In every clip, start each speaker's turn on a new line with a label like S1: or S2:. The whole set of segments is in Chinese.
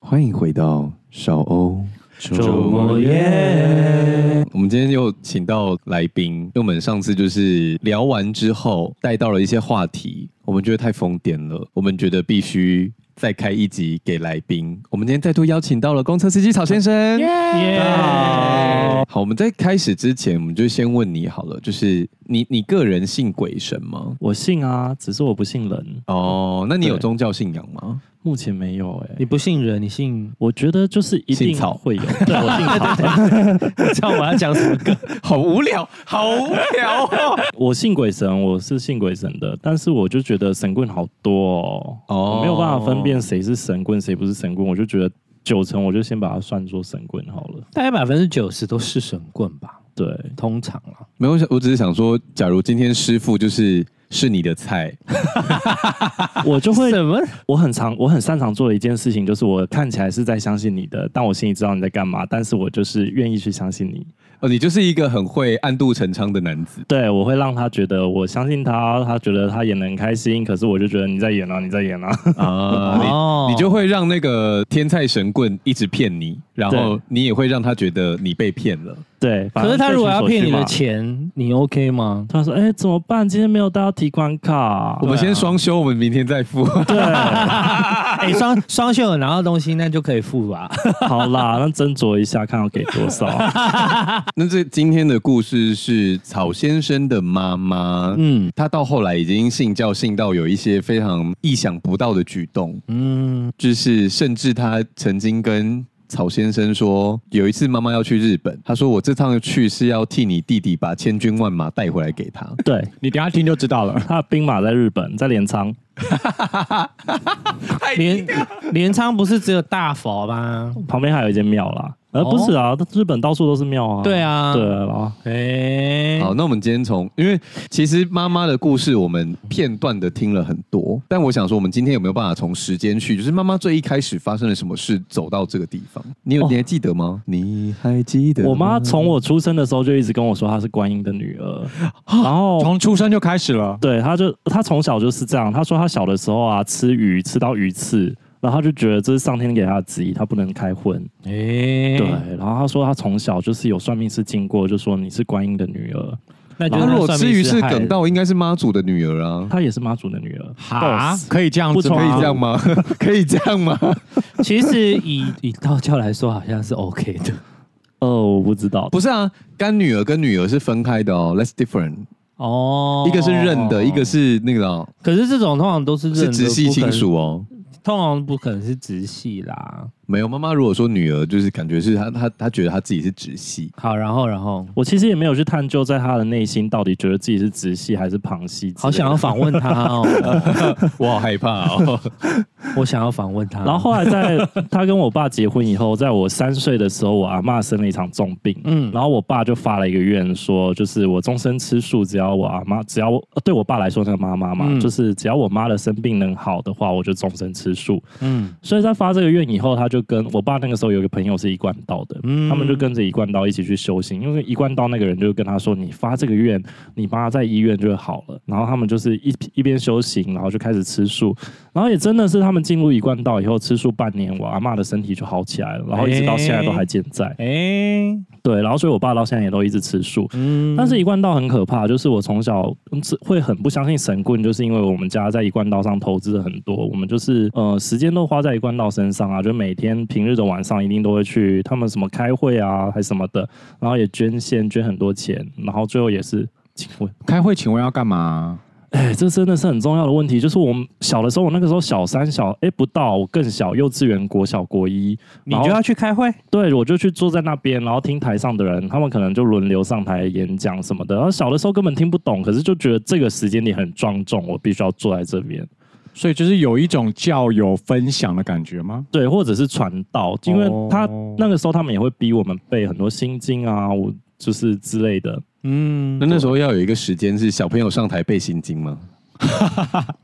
S1: 欢迎回到小欧
S2: 周末夜。
S1: 我们今天又请到来宾，因为我们上次就是聊完之后带到了一些话题，我们觉得太疯癫了，我们觉得必须再开一集给来宾。我们今天再度邀请到了公车司机曹先生。
S2: 耶、
S1: 好，我们在开始之前，我们就先问你好了，就是你你个人信鬼神吗？
S2: 我信啊，只是我不信人，
S1: 哦，那你有
S2: 对
S1: 宗教信仰吗？
S2: 目前没有哎、
S3: 你不信人，你信？
S2: 我觉得就是一
S1: 信
S2: 定
S1: 草
S2: 会有， 对我信草，
S3: 你知道我要讲什么歌？
S1: 好无聊，好无聊 哦。
S2: 我信鬼神，我是信鬼神的，但是我就觉得神棍好多哦，
S1: 哦
S2: 我没有办法分辨谁是神棍，谁不是神棍，我就觉得九成我就先把它算作神棍好了。
S3: 大概百分之九十都是神棍吧，
S2: 对，
S3: 通常啦。
S1: 没有，我想我只是想说，假如今天师傅就是是你的菜，
S3: 啊
S2: 我就会
S3: 什么？
S2: 我很常，我很擅长做的一件事情，就是我看起来是在相信你的，但我心里知道你在干嘛，但是我就是愿意去相信你。
S1: 哦，你就是一个很会暗度陈仓的男 子。
S2: 对，我会让他觉得我相信他，他觉得他演的很开心，可是我就觉得你在演啊，你在演啊。
S1: 啊，
S3: 哦
S1: 你你就会让那个天菜神棍一直骗你，然后
S2: 对
S1: 你也会让他觉得你被骗了。
S2: 对，
S3: 可是他如果要骗你
S2: 反
S3: 的
S2: 正各取所需嘛，
S3: 钱，你 OK 吗？
S2: 他说：“哎、怎么办？今天没有带到提款卡
S1: 我。们先双休，我们明天再付。
S3: 哎，双双秀有拿到东西，那就可以付 吧。”
S2: 好啦，那斟酌一下，看要给多 少。
S1: 那这今天的故事是草先生的妈妈，嗯
S3: 嗯，
S1: 她到后来已经信教信到有一些非常意想不到的举动，
S3: 嗯，
S1: 就是甚至他曾经跟曹先生说，有一次妈妈要去日本，他说我这趟去是要替你弟弟把千军万马带回来给他。
S2: 对
S4: 你等一下听就知道了。
S2: 他的兵马在日本，在镰仓。
S3: 镰镰仓不是只有大佛吗？
S2: 旁边还有一间庙啦。呃，
S3: 哦
S2: 不是啊，日本到处都是庙啊。
S3: 对啊
S2: 对啊。
S3: 哎，
S1: 好，那我们今天从，因为其实妈妈的故事我们片段的听了很多，但我想说，我们今天有没有办法从时间去，就是妈妈最一开始发生了什么事，走到这个地方？你有、
S2: 哦
S1: 你还记得吗？你还记得吗？
S2: 我妈从我出生的时候就一直跟我说她是观音的女儿，然后
S4: 从出生就开始了，
S2: 对，他就他从小就是这样。他说他小的时候啊，吃鱼吃到鱼刺，然后他就觉得这是上天给他的旨意，他不能开荤。
S3: 哎
S2: 对，，然后他说他从小就是有算命师经过，就说你是观音的女儿，
S3: 那就
S1: 她如果
S3: 算
S1: 吃鱼
S3: 是
S1: 是梗到，应该是妈祖的女儿啊。
S2: 她也是妈祖的女儿。
S3: 哈，
S4: 哦可以这样子
S2: 不
S1: 可以
S2: 从
S4: 吗？
S1: 这样吗？ 可以这样吗？
S3: 其实以以道教来说，好像是 OK 的。
S2: 哦，我不知道，
S1: 不是啊，干女儿跟女儿是分开的哦，that's different。
S3: 哦
S1: 一个是认的，一个是那个哦
S3: 可是这种通常都是认
S1: 是
S3: 的
S1: 直系
S3: 不可
S1: 亲
S3: 能
S1: 属哦。
S3: 通常不可能是直系啦。
S1: 没有，妈妈如果说女儿，就是感觉是她她她觉得她自己是直系，
S3: 好，然后然后，
S2: 我其实也没有去探究在她的内心到底觉得自己是直系还是旁系之类的。
S3: 好想要访问他哦，
S1: 我好害怕哦。
S3: 我想要访问他。
S2: 然后，后来在他跟我爸结婚以后，在我三岁的时候，我阿嬷生了一场重病，
S3: 嗯
S2: 嗯，然后我爸就发了一个愿说，就是我终身吃素，只要我阿妈，只要我呃对我爸来说那个妈妈嘛，
S3: 嗯
S2: 就是只要我妈的生病能好的话，我就终身吃素。
S3: 嗯，
S2: 所以在发这个愿以后，他就跟我爸那个时候有一个朋友是一贯道的，
S3: 嗯
S2: 他们就跟着一贯道一起去修行，因为一贯道那个人就跟他说：“你发这个愿，你妈在医院就会好了。”然后他们就是一一边修行，然后就开始吃素，然后也真的是他们进入一贯道以后吃素半年，我阿嬷的身体就好起来了，然后一直到现在都还健在。
S3: 哎，
S2: 对，然后所以我爸到现在也都一直吃素。
S3: 嗯，
S2: 但是一贯道很可怕，就是我从小嗯是会很不相信神棍，就是因为我们家在一贯道上投资了很多，我们就是呃时间都花在一贯道身上啊，就每天平日的晚上一定都会去他们什么开会啊，还什么的，然后也捐献捐很多钱，然后最后也是。请问，
S4: 开会请问要干嘛？
S2: 哎，这真的是很重要的问题。就是我们小的时候，我那个时候小三小，哎，不到，我更小，幼稚园、国小、国一，
S3: 你
S2: 然后
S3: 就要去开会，
S2: 对，我就去坐在那边，然后听台上的人，他们可能就轮流上台演讲什么的。然后小的时候根本听不懂，可是就觉得这个时间点很庄重，我必须要坐在这边。
S4: 所以就是有一种教友分享的感觉吗？
S2: 对，或者是传道，因为他、
S4: 哦
S2: 那个时候他们也会逼我们背很多心经啊，我就是之类的。
S3: 嗯
S1: 那，那时候要有一个时间是小朋友上台背心经吗？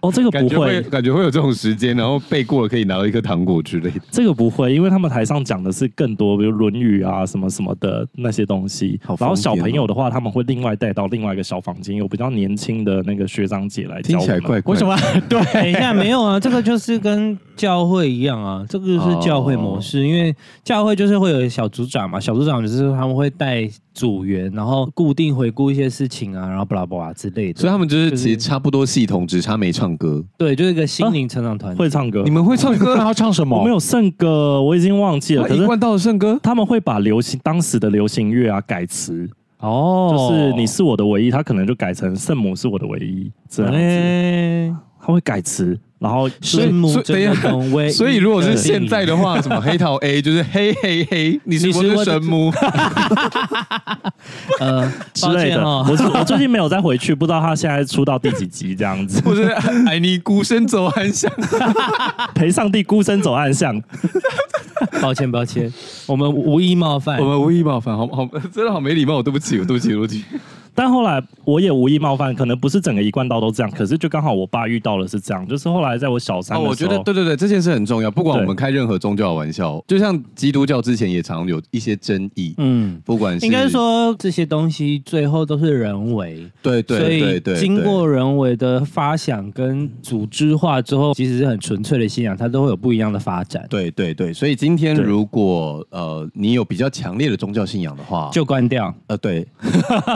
S2: 哦，这个
S1: 感
S2: 不
S1: 觉
S2: 会
S1: 会，感觉会有这种时间，然后背过了可以拿到一颗糖果之类的。
S2: 这个不会，因为他们台上讲的是更多，比如《论语》啊什么什么的那些东西
S1: 好。
S2: 然后
S1: 疯
S2: 小
S1: 癫哦
S2: 朋友的话，他们会另外带到另外一个小房间，有比较年轻的那个学长姐来教
S1: 听
S2: 我
S1: 起
S2: 们。
S1: 来怪怪。
S4: 为什？么？对，
S3: 等一 下，没有啊，这个就是跟教会一样啊，这个就是教会模式，因为教会就是会有小组长嘛，小组长就是他们会带组员，然后固定回顾一些事情啊，然后巴拉巴拉之类的。
S1: 所以他们就是其
S3: 就
S1: 实
S3: 是
S1: 差不多系统，只差没唱歌。
S3: 对，就是一个心灵成长团体。
S2: 会唱歌
S1: 你？们会唱
S4: 那
S1: 歌？
S4: 他唱什么？
S2: 我没有圣歌，我已经忘记了。
S1: 啊
S2: 可
S1: 一
S2: 是
S1: 贯道的圣歌，
S2: 他们会把流行当时的流行乐啊改词，
S3: 哦，
S2: 就是你是我的唯一，他可能就改成圣母是我的唯一这样子，
S3: 哎，
S2: 他会改词，然后就是
S3: 圣母
S1: 所以
S3: 真的懂唯一
S1: 所以如果是
S3: 的
S1: 现在的话，什么黑桃 A 就是嘿嘿嘿，你是不
S3: 你是
S1: 是
S3: 我的
S1: 神母？
S3: 呃
S2: 之
S3: 抱
S2: 类
S3: 歉
S2: 的。
S3: 哦，
S2: 我最我最近没有再回去，不知道他现在出到第几集这样
S1: 。
S2: 子
S1: 不是哎，你孤身走暗巷，
S2: 陪上帝孤身走暗巷，
S3: 抱歉抱歉，我们无意冒犯
S1: 我。们无意冒犯，好好， 真的好没礼貌，我对不起，我对不起，对不起。
S2: 但后来我也无意冒犯，可能不是整个一贯道都这样，可是就刚好我爸遇到了是这样，就是后来在我小三
S1: 哦，
S2: 的时候，
S1: 我觉得对对对，这件事很重要。不管我们开任何宗教的玩笑，就像基督教之前也常有一些争议，
S3: 嗯，
S1: 不管是
S3: 应该说这些东西最后都是人为，
S1: 对对对对
S3: 所
S1: 对，
S3: 以经过人为的发想跟组织化之后，其实是很纯粹的信仰，它都会有不一样的发展。
S1: 对对对，所以今天
S2: 对
S1: 如果呃你有比较强烈的宗教信仰的话，
S3: 就关掉，
S1: 呃 对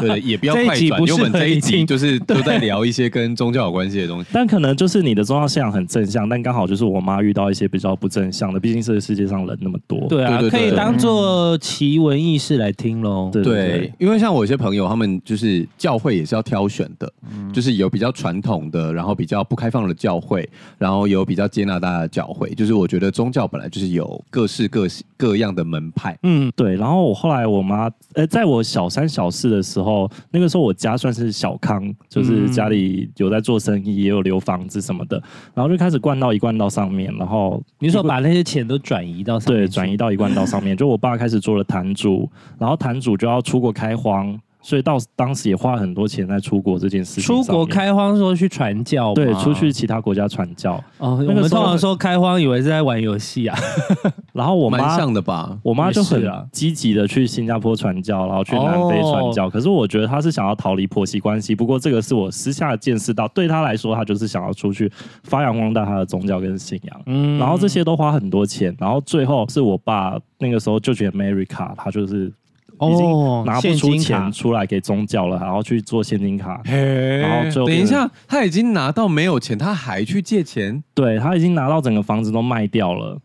S1: 对，也不要
S3: 这一
S1: 快
S3: 集
S1: 转，
S3: 不
S1: 因为我们
S3: 适合
S1: 这一
S3: 你
S1: 集
S3: 听
S1: 就是都在聊一些跟宗教有关系的东西。
S2: 但可能就是你的宗教信仰很正向，但刚好就是我妈遇到一些比较不正向的，毕竟是世界上人那么多。
S3: 对啊，
S1: 对对对
S3: 可以
S2: 嗯
S3: 当做奇闻异事来听喽。
S2: 对
S1: 对，因为像我有些朋友，他们就是教会也是要挑选的，就是有比较传统的，然后比较不开放的教会，然后有比较接纳大家的教会。就是我觉得宗教本来就是有各式各各样的门派。
S3: 嗯，
S2: 对，然后我后来我妈，呃，在我小三小四的时候，那个时候我家算是小康，就是家
S3: 嗯
S2: 里有在做生意，也有留房子什么的，然后就开始灌到一贯道上面，然后
S3: 你说把那些钱都转移到上面
S2: 对
S3: 去
S2: 转移到一贯道上面，就我爸开始做了坛主，然后坛主就要出国开荒，所以到当时也花了很多钱在出国这件事情上
S3: 出
S2: 面。
S3: 国开荒说去传教吗，
S2: 对，出去其他国家传教，
S3: 哦。
S2: 那
S3: 我
S2: 个
S3: 们
S2: 时候
S3: 通常说开荒，以为是在玩游戏 啊。
S2: 然后我
S1: 蛮
S2: 妈
S1: 像的吧，
S2: 我妈就很
S3: 也是啊
S2: 积极的去新加坡传教，然后去南非传
S1: 哦
S2: 教。可是我觉得她是想要逃离婆媳关系，不过这个是我私下见识到，对她来说，她就是想要出去发扬光大她的宗教跟信仰。
S3: 嗯
S2: 然后这些都花很多钱，然后最后是我爸那个时候就觉得 America，他就是
S1: 哦
S2: 已经拿不出钱出来给宗教了，然后去做现金卡。然后
S4: 嘿，
S2: 最后
S1: 等一下，他已经拿到没有钱，他还去借钱，
S2: 对他已经拿到整个房子都卖掉了，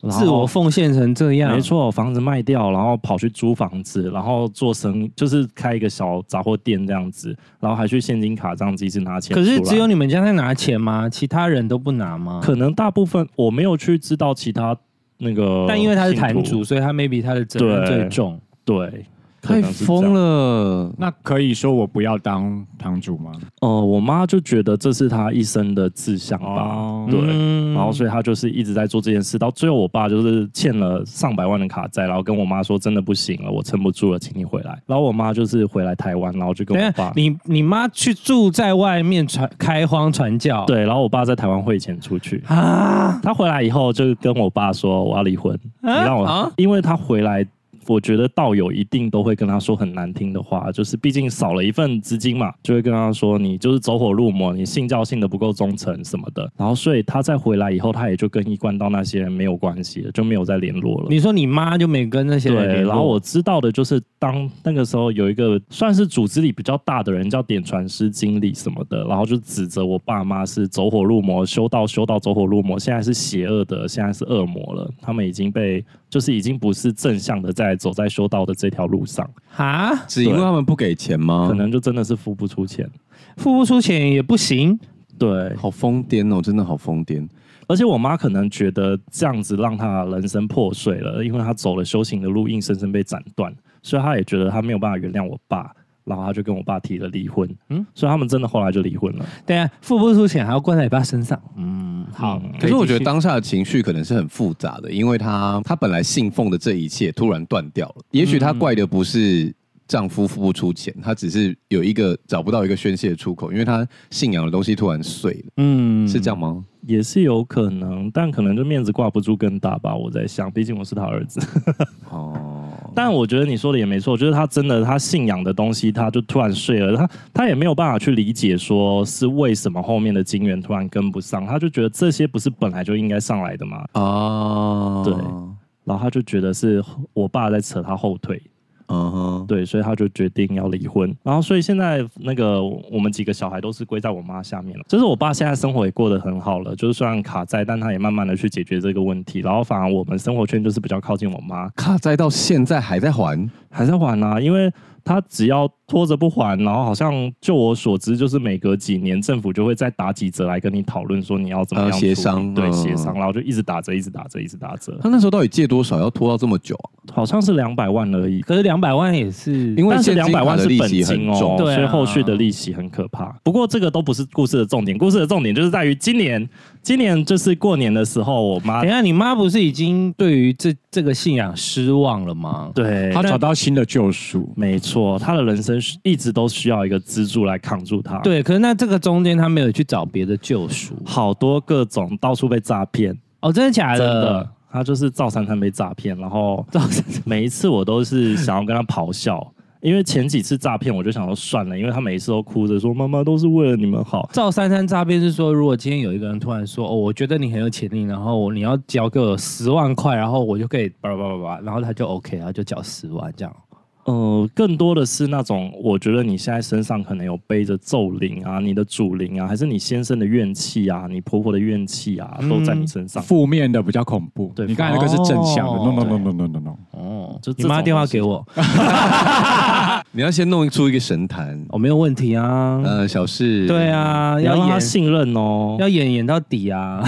S2: 然后
S3: 自我奉献成这样，
S2: 没错，房子卖掉，然后跑去租房子，然后做生意，就是开一个小杂货店这样子，然后还去现金卡这样子一直拿钱出
S3: 可
S2: 来。
S3: 是只有你们家在拿钱吗？其他人都不拿吗？
S2: 可能大部分我没有去知道其他那呃个信徒，
S3: 但因为他是坛主，所以他 maybe 他的责任
S2: 对
S3: 最重。
S2: 对，
S1: 太疯
S2: 了。
S1: 了。
S4: 那可以说我不要当堂主吗？
S2: 呃，我妈就觉得这是她一生的志向吧，
S4: 哦
S2: 对。
S3: 嗯
S2: 然后，所以她就是一直在做这件事，到最后，我爸就是欠了上百万的卡债，然后跟我妈说：“真的不行了，我撑不住了，请你回来。”然后我妈就是回来台湾，然后就跟
S3: 等
S2: 我
S3: 一
S2: 爸
S3: 下，啊你你妈去住在外面传开荒传教，
S2: 对，然后我爸在台湾汇钱出去，
S3: 啊，
S2: 他回来以后就跟我爸说我要离婚，你让我，
S1: 啊
S2: 因为他回来。我觉得道友一定都会跟他说很难听的话，就是毕竟少了一份资金嘛，就会跟他说你就是走火入魔，你信教信的不够忠诚什么的。然后所以他再回来以后，他也就跟一贯道那些人没有关系了，就没有再联络了。
S3: 你说你妈就没跟那些人
S2: 对，
S3: 联络，
S2: 然后我知道的就是，当那个时候有一个算是组织里比较大的人叫点传师经理什么的，然后就指责我爸妈是走火入魔，修道修道走火入魔，现在是邪恶的，现在是恶魔了，他们已经被就是已经不是正向的在走在修道的这条路上，
S3: 啊，
S1: 只因为他们不给钱吗
S3: 嗯
S2: 可？能就真的是付不出钱。
S3: 付不出钱也不行，
S2: 对，
S1: 好疯癫哦，真的好疯癫。
S2: 而且我妈可能觉得这样子让她人生破碎了，因为她走了修行的路，硬生生被斩断，所以她也觉得她没有办法原谅我爸，然后她就跟我爸提了离婚。嗯
S3: 嗯，
S2: 所以他们真的后来就离婚了。
S3: 对啊，付不出钱还要怪在你爸身上，嗯，好，
S2: 嗯
S1: 可是我觉得
S3: 当
S1: 当下的情绪可能是很复杂的，因为他他本来信奉的这一切突然断掉了，也许他怪的不是丈夫付不出钱，她只是有一个找不到一个宣泄的出口，因为她信仰的东西突然碎了，
S3: 嗯，
S1: 是这样吗？
S2: 也是有可能，但可能就面子挂不住更大吧。我在想，毕竟我是他儿子。
S1: 哦，
S2: 但我觉得你说的也没错，就是他真的他信仰的东西，他就突然睡了，他他也没有办法去理解说是为什么后面的金源突然跟不上，他就觉得这些不是本来就应该上来的嘛，
S1: 哦，
S2: 对然后他就觉得是我爸在扯他后腿，
S1: 嗯哼，
S2: 对，所以他就决定要离婚。然后，所以现在那个我们几个小孩都是归在我妈下面了。就是我爸现在生活也过得很好了，就是虽然卡债，但他也慢慢的去解决这个问题。然后，反而我们生活圈就是比较靠近我妈，
S1: 卡债到现在还在还，
S2: 还在还啊，因为他只要拖着不还，然后好像就我所知，就是每隔几年政府就会再打几折来跟你讨论说你要怎么样
S1: 呃
S2: 处
S1: 协
S2: 理
S1: 商
S2: 对
S1: 嗯
S2: 协商，然后就一直打折，一直打折，一直打折，
S1: 她那时候到底借多少要拖到这么久啊？
S2: 好像是两百万而已。
S3: 可是两百万也是，
S1: 因为
S2: 但是
S1: 现
S2: 两
S1: 金
S2: 百
S1: 卡
S2: 万
S1: 的
S2: 是
S1: 利
S2: 本
S1: 息很
S2: 金哦，
S1: 重
S3: 对啊
S2: 所以后续的利息很可怕。不过这个都不是故事的重点，故事的重点就是在于今年，今年就是过年的时候，我妈
S3: 等一下你妈不是已经对于这这个信仰失望了吗？
S2: 对
S4: 他
S2: 但
S4: 找到新的救赎。
S2: 没错，她的人生是一直都需要一个支柱来扛住她。，
S3: 对，可是那这个中间她没有去找别的救赎
S2: 好多各种到处被诈骗，
S3: 哦，真的假的？
S2: 真的，她就是赵珊珊被诈骗，然后赵珊珊每一次我都是想要跟她咆哮。因为前几次诈骗，我就想说算了，因为她每一次都哭着说：“妈妈都是为了你们好。”
S3: 赵珊珊诈骗是说，如果今天有一个人突然说，哦，我觉得你很有潜力，然后你要交给我十万块，然后我就可以叭叭叭叭，然后他就 OK，然后就缴十万这样。
S2: 呃，更多的是那种，我觉得你现在身上可能有背着咒灵啊，你的主灵啊，还是你先生的怨气啊，你婆婆的怨气啊，都在你
S3: 嗯
S2: 身上。
S4: 负面的比较恐怖，
S2: 对
S4: 你刚才那个是正向的
S3: 哦
S4: ，no no no no no no no，
S3: 哦，
S2: 就这
S3: 你妈
S2: 种
S3: 电话
S2: 东西
S3: 给我，
S1: 你要先弄出一个神坛，
S3: 我、哦没有问题啊。
S1: 呃，小事，
S3: 对，啊，
S2: 你要
S3: 要
S2: 让他
S3: 演
S2: 信任哦，
S3: 要演演到底啊。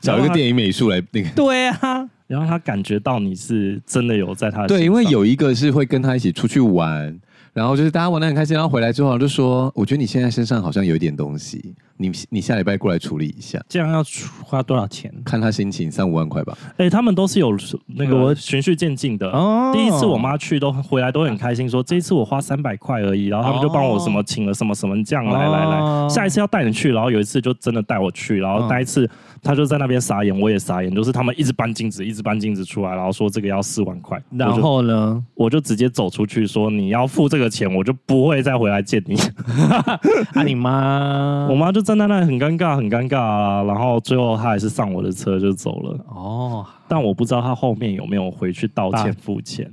S1: 找一个电影美术来那个。
S3: 对啊，
S2: 要让他感觉到你是真的有在他的
S1: 对，
S2: 身
S1: 因为
S2: 上
S1: 有一个是会跟他一起出去玩，然后就是大家玩的很开心，然后回来之后就说：“我觉得你现在身上好像有一点东西，你你下礼拜过来处理一下，
S3: 这样要出花多少钱？
S1: 看他心情，三五万块吧。
S2: 哎、他们都是有那
S3: 嗯
S2: 个循序渐进的。
S3: 哦
S2: 第一次我妈去都回来都很开心说这一次我花三百块而已，然后他们就帮我什么请了什么什么酱来来
S3: 哦嗯
S2: 来，下一次要带你去，然后有一次就真的带我去，然后那一次他就在那边傻眼，我也傻眼，就是他们一直搬镜子，一直搬镜子出来，然后说这个要四万块，
S3: 然
S2: 我就
S3: 后呢？
S2: 我就直接走出去说你要付这个钱，我就不会再回来见你。
S3: 嗯啊，你妈
S2: 我妈就站在那里很尴尬，很尴尬啊，然后最后她还是上我的车就走了。
S3: 哦，
S2: 但我不知道他后面有没有回去道歉
S3: 啊
S2: 付钱。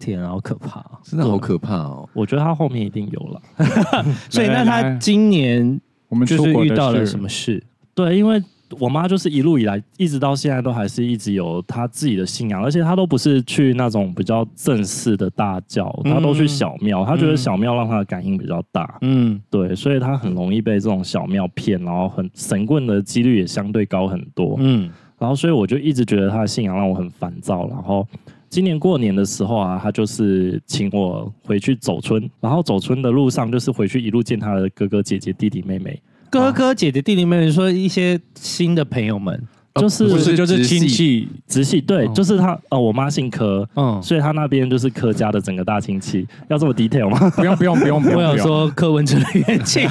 S3: 天啊，好可怕哦、”
S1: 真的好可怕哦！
S2: 我觉得他后面一定有了。
S3: 所以那
S4: 来来
S3: 他
S4: 来
S3: 今年
S4: 我们
S3: 就
S4: 出
S3: 是
S4: 国
S3: 遇
S4: 的
S3: 到了
S4: 是
S3: 什么事？
S2: 对，因为我妈就是一路以来，一直到现在都还是一直有她自己的信仰，而且她都不是去那种比较正式的大教，
S3: 嗯
S2: 她都去小庙。她觉得小庙让她的感应比较大，
S3: 嗯，
S2: 对，所以她很容易被这种小庙骗，然后很神棍的几率也相对高很多。
S3: 嗯，
S2: 然后所以我就一直觉得他的信仰让我很烦躁。然后今年过年的时候啊，他就是请我回去走村，然后走村的路上就是回去一路见他的哥哥姐姐、弟弟妹妹，
S3: 哥哥姐姐、弟弟妹妹说一些新的朋友们，
S2: 就是
S4: 不
S1: 不
S4: 是
S1: 是
S4: 就是
S1: 直系
S4: 亲戚，
S2: 直系对，
S3: 哦
S2: 就是他呃，我妈姓柯。
S3: 嗯，
S2: 所以他那边就是柯家的整个大亲戚，要这么 detail 吗？
S4: 不用不用不用不用，
S3: 我
S4: 不
S3: 有
S4: 用
S3: 说柯文哲的啊冤情，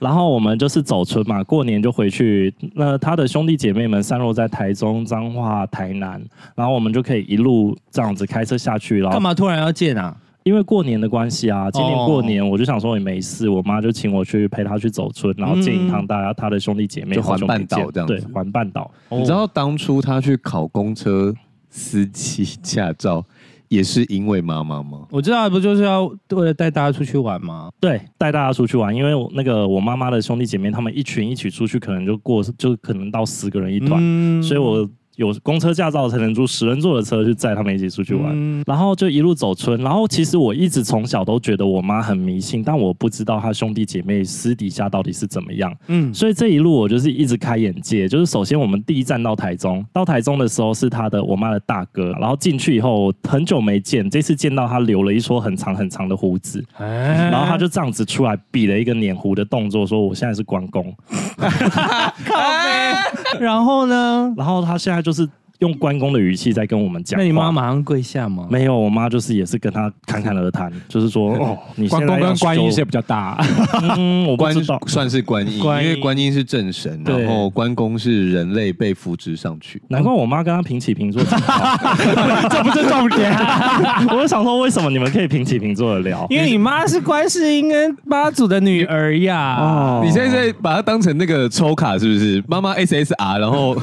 S2: 然后我们就是走村嘛，过年就回去。那他的兄弟姐妹们散落在台中、彰化、台南，然后我们就可以一路这样子开车下去，然后
S3: 干嘛突然要见啊？
S2: 因为过年的关系啊，今年
S3: 哦
S2: 过年我就想说也没事，我妈就请我去陪她去走村，然后见一
S3: 嗯
S2: 趟大家她的兄弟姐妹，
S1: 就环
S2: 好久没
S1: 半岛
S2: 见
S1: 这样
S2: 对
S1: 子，
S2: 环半岛。
S1: 你知道当初他去考公车司机驾照，也是因为妈妈吗？
S3: 我知道，不就是要为了带大家出去玩吗？
S2: 对，带大家出去玩，因为我那个我妈妈的兄弟姐妹，他们一群一起出去，可能就过就可能到十个人一团，
S3: 嗯
S2: 所以我有公车驾照才能租十人座的车去载他们一起出去玩。
S3: 嗯
S2: 然后就一路走村，然后其实我一直从小都觉得我妈很迷信，但我不知道她兄弟姐妹私底下到底是怎么样。
S3: 嗯
S2: 所以这一路我就是一直开眼界，就是首先我们第一站到台中，到台中的时候是他的我妈的大哥，然后进去以后很久没见，这次见到他留了一撮很长很长的胡子，
S3: 然
S2: 然后他就这样子出来比了一个捻胡的动作，说我现在是关公，
S3: 然后呢？
S2: 然后他现在就是。用关公的语气在跟我们讲话。
S3: 那你妈马上跪下吗？
S2: 没有，我妈就是也是跟他侃侃而谈，就是 说哦，你现
S4: 关
S2: 在
S4: 公跟
S2: 要
S4: 观音
S2: 修
S4: 谁比较大？
S2: 嗯，我不
S1: 关
S2: 知道。
S1: 算是观音，
S3: 观音
S1: 因为观音是正神，
S3: 对
S1: 然后关公是人类被扶植上去。
S2: 难怪我妈跟他平起平坐，
S4: 这不是重点。
S2: 我就想说为什么你们可以平起平坐的 聊？
S3: 因为你妈是观世音跟妈祖的女儿呀。
S4: 啊
S3: 哦，
S1: 你现在在把它当成那个抽卡是不是？妈妈 SSR，然后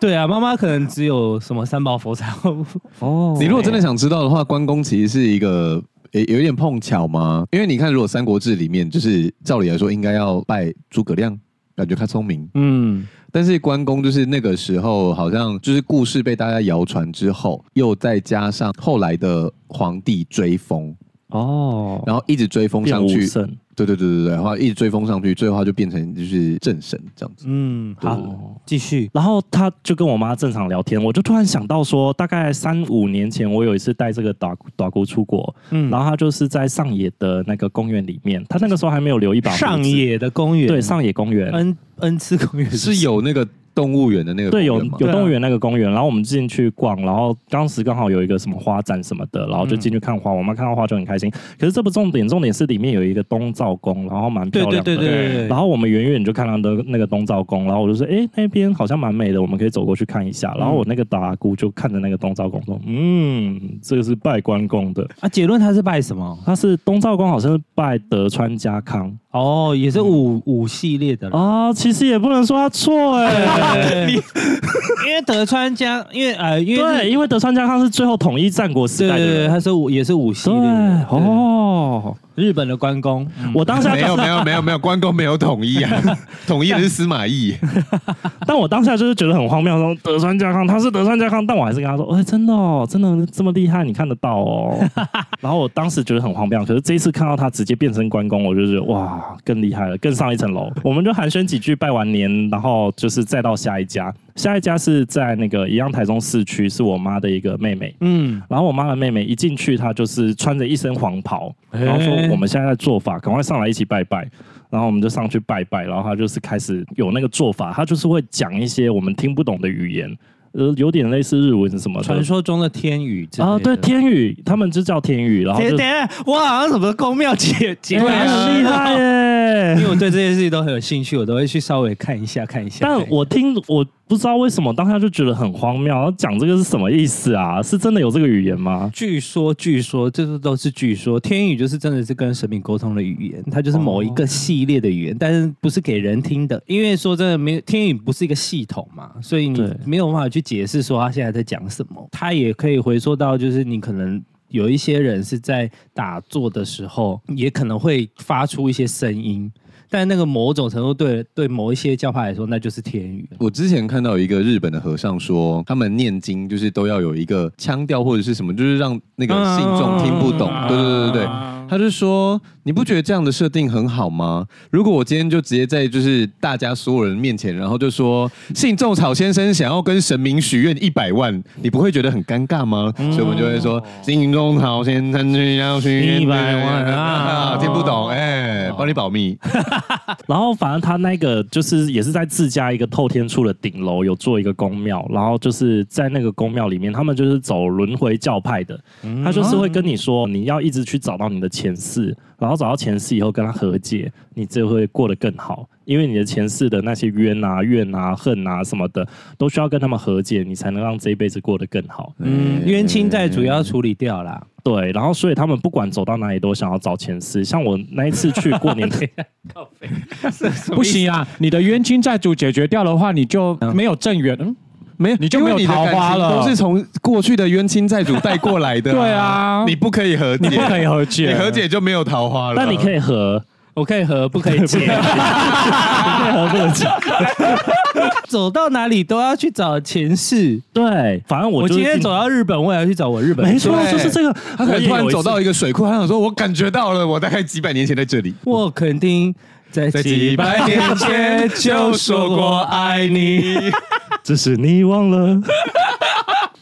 S3: 对啊，妈妈可能只有什么三宝佛才会
S2: 哦
S1: 你如果真的想知道的话，关公其实是一个。诶，有一点碰巧吗？因为你看，如果《三国志》里面，就是照理来说应该要拜诸葛亮，感觉他聪明，
S3: 嗯，
S1: 但是关公就是那个时候，好像就是故事被大家谣传之后，又再加上后来的皇帝追风，
S2: 哦，
S1: 然后一直追风
S2: 变
S1: 上
S2: 武
S1: 去，
S2: 圣
S1: 对对对对对，然后一直追风上去，最后他就变成就是正神这样子。
S3: 嗯，好，继续。
S2: 然后他就跟我妈正常聊天，我就突然想到说，大概三五年前，我有一次带这个打打姑出国，
S3: 嗯，
S2: 然后他就是在上野的那个公园里面，他那个时候还没有留一把胡子
S3: 上野的公园，
S2: 对上野公
S4: 嗯
S2: 园，
S3: n n 次公园
S1: 是有那个动物园的那个
S2: 对有
S1: 公园吗
S2: 有
S3: 啊
S2: 动物园那个公园，然后我们进去逛，然后当时刚好有一个什么花展什么的，然后
S3: 嗯
S2: 就进去看花，我妈看到花就很开心。可是这不重点，重点是里面有一个东照宫，然后蛮漂
S3: 对对
S2: 亮的，
S3: 对对对对，
S2: 然后我们远远就看到那个那个东照宫，然后我就说，哎、那边好像蛮美的，我们可以走过去看一下。
S3: 嗯
S2: 然后我那个达姑就看着那个东照宫说，嗯，这个是拜关公的，
S3: 啊，结论他是拜什么？
S2: 他是东照宫，好像是拜德川家康
S3: 哦，也是五
S2: 嗯
S3: 五系列 的啦。
S2: 啊、其实也不能说他错哎、
S3: 对 因为德川家，因为呃， 因为
S2: 对，因为德川家康是最后统一战国时
S3: 对
S2: 代
S3: 对
S2: 的
S3: 对，
S2: 人，
S3: 他是五也是五系
S2: 对
S3: 列的，
S2: 哦，
S3: 日本的关公。嗯
S2: 我当下
S1: 没有没有没有没有，关公没有统一 啊，统一的是司马懿。
S2: 但我当下就是觉得很荒谬，说德川家康他是德川家康，但我还是跟他说，哎、真的哦，真的这么厉害，你看得到 哦。然后我当时觉得很荒谬，可是这一次看到他直接变身关公，我就觉得哇，更厉害了，更上一层楼。我们就寒暄几句，拜完年，然后就是再到下一家，下一家是在那个一样台中市区，是我妈的一个妹妹。
S3: 嗯，
S2: 然后我妈的妹妹一进去，她就是穿着一身黄袍，然后说
S3: 哎
S2: 我们现在在做法，赶快上来一起拜拜。然后我们就上去拜拜，然后她就是开始有那个做法，她就是会讲一些我们听不懂的语言，呃，有点类似日文什么的
S3: 传。说中的天宇之类的哦
S2: 啊，对，天语，他们就叫天语，然后
S3: 等
S2: 就
S3: 等一下，我好像什么宫庙解解
S2: 对，啊很厉害耶
S3: 啊 因。为我对这些事情都很有兴趣，我都会去稍微看一下看一下。
S2: 但我听我不知道为什么当下就觉得很荒谬，然后讲这个是什么意思啊？是真的有这个语言吗？
S3: 据说，据说，这都都是据说。天语就是真的是跟神明沟通的语言，它就是某一个系列的语言，但是不是给人听的。因为说真的，没有天语不是一个系统嘛，所以你
S2: 对
S3: 没有办法去解释说他现在在讲什么。他也可以回溯到，就是你可能。有一些人是在打坐的时候，也可能会发出一些声音，但那个某种程度对对某一些教派来说，那就是天语。
S1: 我之前看到一个日本的和尚说，他们念经就是都要有一个腔调或者是什么，就是让那个信众听不懂。对对对对对，他就说你不觉得这样的设定很好吗？如果我今天就直接在就是大家所有人面前，然后就说信众草先生想要跟神明许愿一百万，你不会觉得很尴尬吗？所以我们就会说信众草先生要许愿
S3: 100万啊
S1: 听不懂哎，帮你保密。
S2: 然后反正他那个就是也是在自家一个透天处的顶楼有做一个宫庙，然后就是在那个宫庙里面，他们就是走轮回教派的，
S3: 嗯
S2: 他就是会跟你说你要一直去找到你的前世，然后找到前世以后跟他和解，你就会过得更好，因为你的前世的那些冤啊、怨啊、恨啊什么的，都需要跟他们和解，你才能让这一辈子过得更好。
S3: 嗯，冤亲债主要处理掉啦。
S2: 对，然后所以他们不管走到哪里都想要找前世，像我那一次去过 年
S4: 不行啊，你的冤亲债主解决掉的话，你就没有正缘。嗯，
S1: 没有，
S4: 你就没有
S1: 因为的
S4: 桃花
S1: 感情
S4: 了
S1: 都是从过去的冤亲债主带过来的、
S4: 对啊
S1: 你不可以和解，
S4: 你不可以和
S1: 你
S4: 解，
S1: 和解就没有桃花了。
S2: 但你可以和。
S3: 我可以和不可以 解，走到哪里都要去找前世。
S2: 对，反正我
S3: 我
S2: 就
S3: 今
S2: 是
S3: 天走到日本，我也要去找我日本。
S2: 没错，啊
S1: 对
S2: 就是这个。
S1: 他可能
S2: 我也
S1: 突然
S2: 有一
S1: 走
S2: 次
S1: 到一个水库，他想说：“我感觉到了，我大概几百年前在这里。
S3: 我肯定在”几百。
S1: 百年前就说过爱 你。
S2: 只是你忘了。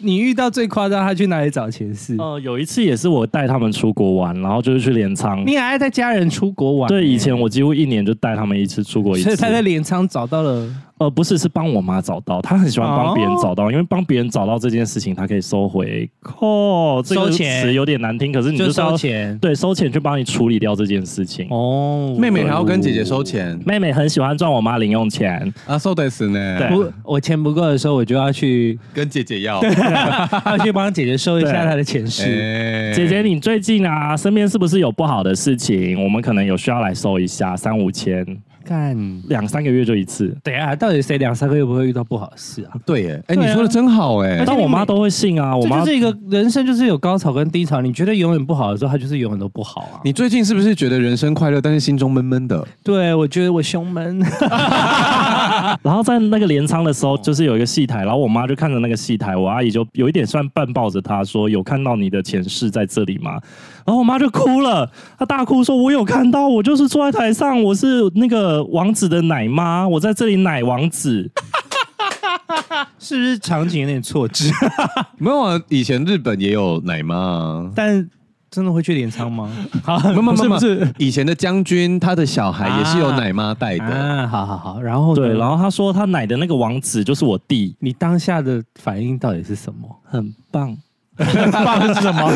S3: 你遇到最夸张，他去哪里找前世？
S2: 呃，有一次也是我带他们出国玩，然后就是去镰仓。
S3: 你还爱带家人出国玩？
S2: 对，以前我几乎一年就带他们一次出国一
S3: 所
S2: 次
S3: 以。他在镰仓找到了
S2: 呃，不是，是帮我妈找到，她很喜欢帮
S3: 哦
S2: 别人找到，因为帮别人找到这件事情，她可以收回哦，这
S3: 收
S2: 个
S3: 钱
S2: 词有点难听，可是你
S3: 就是
S2: 要
S3: 收钱
S2: 对，收钱去帮你处理掉这件事情。
S3: 哦。
S1: 妹妹还要跟姐姐收钱
S2: 妹妹很喜欢赚我妈零用钱，
S1: 啊，收的是呢，
S2: 对
S3: 不，我钱不够的时候，我就 要去，
S1: 跟姐姐要。
S3: 要去帮姐姐收一下她的前世。
S1: 哎
S2: 姐姐，你最近啊，身边是不是有不好的事情？我们可能有需要来收一下，三五千，
S3: 干，
S2: 两三个月就一次。
S3: 等一下，到底谁两三个月不会遇到不好的事啊？
S1: 对耶，哎，
S3: 对
S1: 你
S3: 啊
S1: 说的真好哎
S3: 而且，
S2: 但我妈都会信啊，我
S3: 这
S2: 妈
S3: 就是一个人生，就是有高潮跟低潮。你觉得永远不好的时候，它就是永远都不好啊。
S1: 你最近是不是觉得人生快乐，但是心中闷闷的？
S3: 对我觉得我胸闷，
S2: 啊然后在那个镰仓的
S3: 哦
S2: 时候，就是有一个戏台，然后我妈就看着那个戏台，我阿姨就有一点算半抱着她说：“有看到你的前世在这里吗？”然后我妈就哭了，她大哭说：“我有看到，我就是坐在台上，我是那个王子的奶妈，我在这里奶王子。
S3: 是不是场景有点错 置？
S1: 没有啊，以前日本也有奶妈 啊。
S3: 但真的会去镰仓吗？
S4: 啊
S3: 好，
S1: 没有没有没有
S3: 不是
S1: 以前的将军，他的小孩也是有奶妈带的。
S3: 啊，好好好。然后”
S2: 对，然
S3: 后
S2: 后她说她奶的那个王子就是我弟，
S3: 你当下的反应到底是什么？
S2: 很棒，
S4: 棒是什么？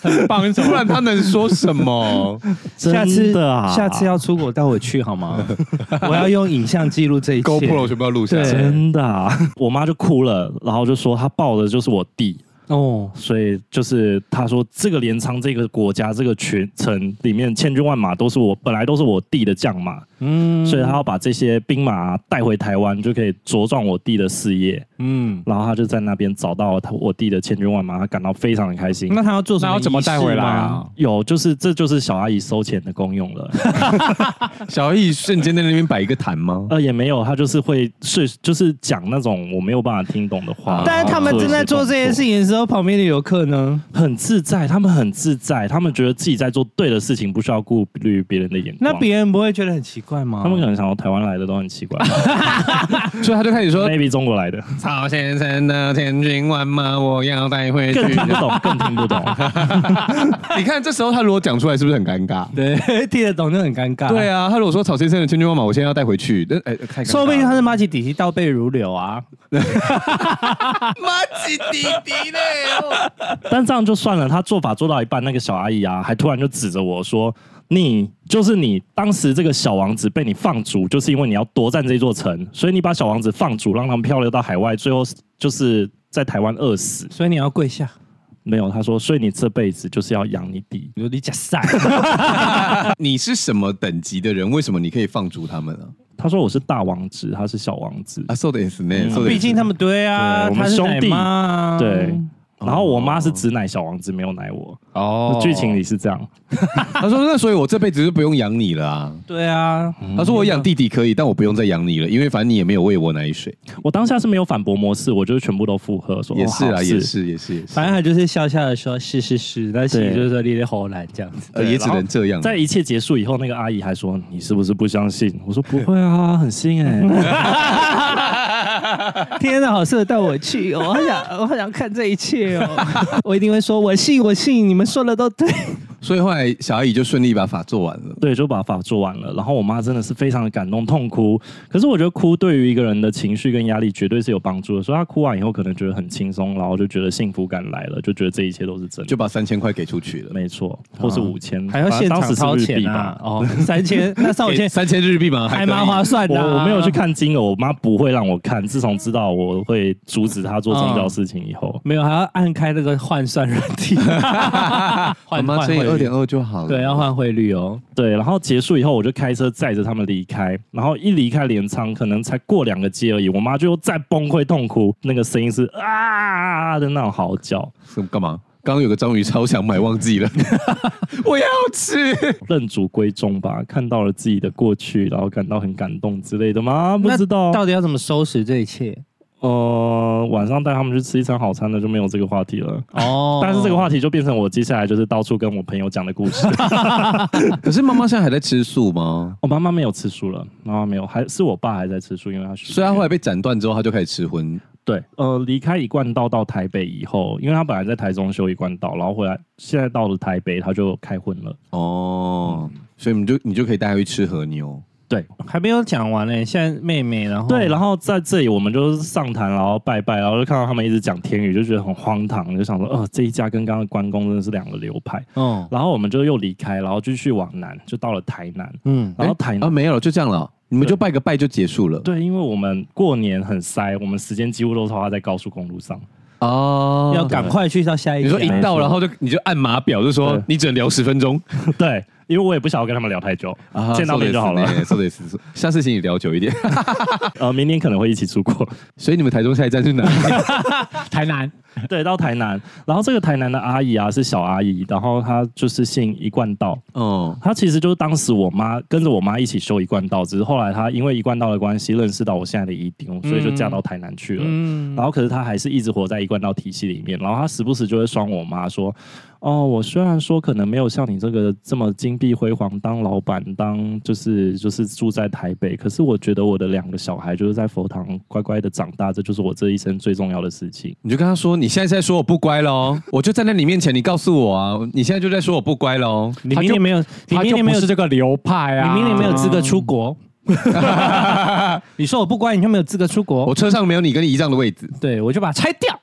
S4: 很棒是什
S1: 不
S4: 么？
S1: 然他能说什 么？
S3: 下次
S2: 真的啊，
S3: 下次要出国带我去好吗？ 我要用影像记录这一切。
S1: GoPro 全部要录下来
S3: 对。
S2: 真的、啊， 我妈就哭了，然后就说她抱的就是我弟，
S3: 哦，
S2: 所以就是他说，这个镰仓这个国家这个群城里面千军万马都是我本来都是我弟的将马，
S3: 嗯
S2: 所以他要把这些兵马带回台湾，就可以茁壮我弟的事业。
S3: 嗯，
S2: 然后他就在那边找到他我弟的千军万马，他感到非常的开心。
S3: 那他要做什
S4: 那
S3: 么？
S4: 要怎么带回来啊？？
S2: 有，就是这就是小阿姨收钱的功用 了。
S1: 小易瞬间在那边摆一个坛吗？
S2: 呃，也没有，他就是会是就是讲那种我没有办法听懂的话。
S3: 但是他们正在做这
S2: 啊些事。
S3: 件事情的时候，旁边的游客呢？
S2: 很自在，他们很自在，他们觉得自己在做对的事情，不需要顾虑别人的眼光。
S3: 那别人不会觉得很奇怪吗？
S2: 他们可能想到台湾来的都很奇怪
S1: 所以他就开始说
S2: ，maybe 中国来的：“
S1: 曹先生的千军万马，我要带回去
S2: 更。听不懂，更听不懂。”
S1: 你看这时候他如果讲出来，是不是很尴尬？
S3: 对 听得懂就很尴尬。
S1: 对啊，他如果说曹先生的千军万马，我现在要带回去，那哎，太尴尬了
S3: 说不定他是马吉底西倒背如流啊！
S1: 妈吉弟弟嘞，哦
S2: 但这样就算了，他做法做到一半，那个小阿姨啊，还突然就指着我说：“你就是你，当时这个小王子被你放逐，就是因为你要夺占这座城，所以你把小王子放逐，让他们漂流到海外，最后就是在台湾饿死。
S3: 所以你要跪下，”
S2: 没有，他说：“所以你这辈子就是要养你弟。”
S3: 你说你假 赛，
S1: 你是什么等级的人？为什么你可以放逐他们啊？
S2: 他说我是大王子，他是小王子。
S1: 啊，说的也是呢，
S2: 嗯
S1: そうです
S3: 毕竟他们对啊，
S2: 对我们
S3: 他是奶
S2: 兄弟
S3: 妈啊
S2: 对，然后我妈是只奶小王子，没有奶我。
S1: 哦
S2: 剧情里是这样，
S1: 他说：“那所以我这辈子就不用养你了啊。
S3: 对啊，”
S1: 他说：“我养弟弟可以，但我不用再养你了，因为反正你也没有喂我奶水。
S2: 我当下是没有反驳模式，我就是全部都附和”说
S1: 也是
S2: 哦
S1: 啊，
S2: 好
S1: 也是，也是，也是
S3: 反正他就是笑笑的说是是是，但其实
S2: 对
S3: 就是说咧咧吼懒这样子。
S1: 呃，
S2: 对
S1: 也只能这样。
S2: 在一切结束以后，那个阿姨还说：“你是不是不相信？”我说：“不会啊，很信哎。
S3: 天哪，好适合带我 去哦！我好想，我好想看这一切哦！ 我一定会说，我信，我信，你们说的都对。
S1: 所以后来小阿姨就顺利把法做完了”。
S2: 对，就把法做完了。然后我妈真的是非常的感动，痛哭。可是我觉得哭对于一个人的情绪跟压力绝对是有帮助的，所以她哭完以后可能觉得很轻松，然后就觉得幸福感来了，就觉得这一切都是真的。
S1: 就把三千块给出去了，
S2: 没错，或是五千，
S3: 还要现
S2: 反
S3: 场
S2: 正
S3: 掏
S2: 当时是日
S3: 钱
S2: 币
S3: 啊
S2: 吧？？
S3: 哦，三千，那三五
S1: 给
S3: 千
S1: 三千日币嘛，
S3: 还
S1: 可以
S3: 蛮划算的啊、
S2: 我我没有去看金额，我妈不会让我看。自从知道我会阻止她做宗
S3: 嗯
S2: 教事情以后，
S3: 没有，还要按开那个换算软 体，
S1: 妈
S3: 换
S1: 妈
S3: 换
S1: 乘以二
S3: 汇率
S1: 点，二就好了。
S3: 对，要换汇率哦。
S2: 对，然后结束以后，我就开车载着他们离开。然后一离开镰仓，可能才过两个街而已，我妈就又再崩溃痛哭，那个声音是啊的那种嚎叫，
S1: 是干嘛？刚刚有个章鱼超想买，忘记了，我要吃。
S2: 认主归宗吧，看到了自己的过去，然后感到很感动之类的吗？不知道
S3: 那，到底要怎么收拾这一切？
S2: 呃，晚上带他们去吃一餐好餐的就没有这个话题了。
S3: 哦
S2: 但是这个话题就变成我接下来就是到处跟我朋友讲的故事。
S1: 可是妈妈现在还在吃素吗？
S2: 哦我妈妈没有吃素了，妈妈没有，还是我爸还在吃素，因为他许
S1: 所以她后来
S2: 愿
S1: 被斩断之后，她就开始吃荤。
S2: 对呃离开一贯道到台北以后，因为他本来在台中修一贯道，然后回来现在到了台北，他就开荤了。
S1: 嗯哦，所以你就你就可以带她去吃和牛。
S2: 对
S3: 还没有讲完呢、欸现在妹妹，然后
S2: 对，然后在这里我们就是上坛，然后拜拜，然后就看到他们一直讲天语，就觉得很荒唐，就想说，呃，这一家跟刚刚的关公真的是两个流派。
S3: 嗯
S2: 然后我们就又离开，然后继续往南，就到了台南。
S3: 嗯，
S2: 然后台南、
S1: 啊，没有了，就这样了，你们
S2: 对
S1: 就拜个拜就结束了。
S2: 对，因为我们过年很塞，我们时间几乎都是花在高速公路上。
S1: 哦，
S3: 要赶快去到下一
S1: 你
S3: 家。
S1: 说一
S2: 没
S1: 到，
S2: 错
S1: 然后就你就按码表，就说
S2: 对
S1: 你只能聊十分钟，
S2: 对，因为我也不想要跟他们聊太久，
S1: 啊
S2: 见到面就好了。
S1: 说的是，说得是下次请你聊久一点。
S2: 呃，明年可能会一起出国。
S1: 所以你们台中下一站是哪里？
S4: 台南
S2: 对，到台南，然后这个台南的阿姨啊是小阿姨，然后她就是姓一贯道，
S1: 哦，
S2: 她其实就是当时我妈跟着我妈一起修一贯道，只是后来她因为一贯道的关系认识到我现在的姨丁，所以就嫁到台南去了。
S3: 嗯，
S2: 然后可是他还是一直活在一贯道体系里面，然后他时不时就会酸我妈说：“哦，我虽然说可能没有像你这个这么金碧辉煌当老板，当就是就是住在台北，可是我觉得我的两个小孩就是在佛堂乖乖的长大，这就是我这一生最重要的事情。
S1: 你就跟他说，你现在在说我不乖喽，我就站在你面前，你告诉我啊，你现在就在说我不乖喽。
S3: 你明年没有，你
S4: 他
S3: 明
S4: 就
S3: 年没
S4: 不
S3: 有
S4: 是这个流派啊，
S3: 你明年没有资格出国。 你说我不乖，你就没有资格出国。
S1: 我车上没有你跟你姨丈的位置，
S3: 对我就把它拆掉。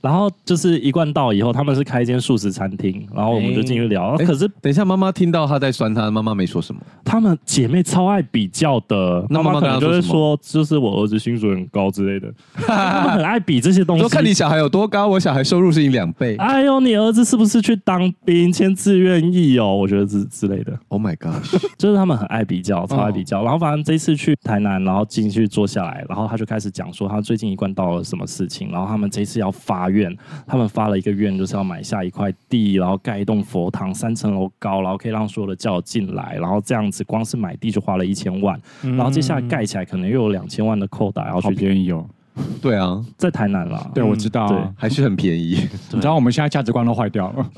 S2: 然后就是一贯道以后，他们是开一间素食餐厅，然后我们就进去聊。
S1: 哎
S2: 可是
S1: 等一下妈妈听到他在酸他，妈妈没说什么。
S2: 他们姐妹超爱比较的，
S1: 那
S2: 妈
S1: 妈妈
S2: 可
S1: 跟
S2: 能
S1: 她
S2: 就会
S1: 说
S2: 说，就是我儿子薪水很高之 类的，他们很爱比这些东西。
S1: 说看你小孩有多高，我小孩收入是你两倍。
S2: 哎呦，你儿子是不是去当兵签志愿役哦？我觉得之之类的，
S1: Oh my gosh！
S2: 就是他们很爱比较，超爱比较。然后反正这一次去台南，然后进去坐下来，然后他就开始讲说他最近一贯到了什么事情，然后他们这一次要发愿，他们发了一个愿，就是要买下一块地，然后盖一栋佛堂，三层楼高，然后可以让所有的教友进来，然后这样子光是买地就花了一千万，然后接下来盖起来可能又有两千万的扣打，然后
S4: 好
S2: 去
S3: 嗯
S4: 便宜哦。
S1: 对啊，
S2: 在台南啦。
S4: 对，我知道啊，
S2: 对
S1: 还是很便宜。
S4: 你知道我们现在价值观都坏掉 了。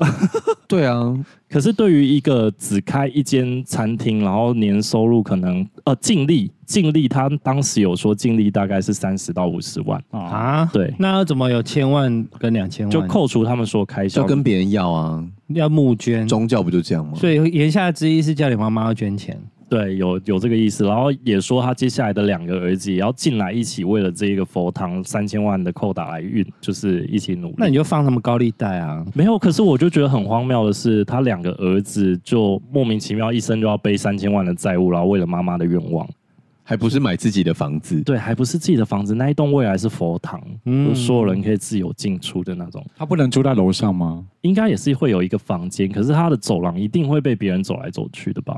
S1: 对啊，
S2: 可是对于一个呃只开一间餐厅，然后年收入可能呃净利净利，他当时有说净利大概是三十到五十万，
S4: 啊，
S3: 啊，
S2: 对
S3: 那要怎么有千万跟两千万？
S2: 就扣除他们说开
S1: 嗯
S2: 销，
S1: 就跟别人要啊，
S3: 要募捐，
S1: 宗教不就这样吗？
S3: 所以言下之意是叫你妈妈要捐钱。
S2: 对有有这个意思。然后也说他接下来的两个儿子也要进来一起为了这一个佛堂三千万的扣打来运，就是一起努力。
S3: 那你就放他们高利贷啊！
S2: 没有，可是我就觉得很荒谬的是，他两个儿子就莫名其妙一生就要背三千万的债务，然后为了妈妈的愿望。
S1: 还不是买自己的房子，
S2: 对，还不是自己的房子，那一栋未来是佛堂，
S3: 嗯
S2: 就所有人可以自由进出的那种，
S4: 他不能住在楼上吗？
S2: 应该也是会有一个房间，可是它的走廊一定会被别人走来走去的吧？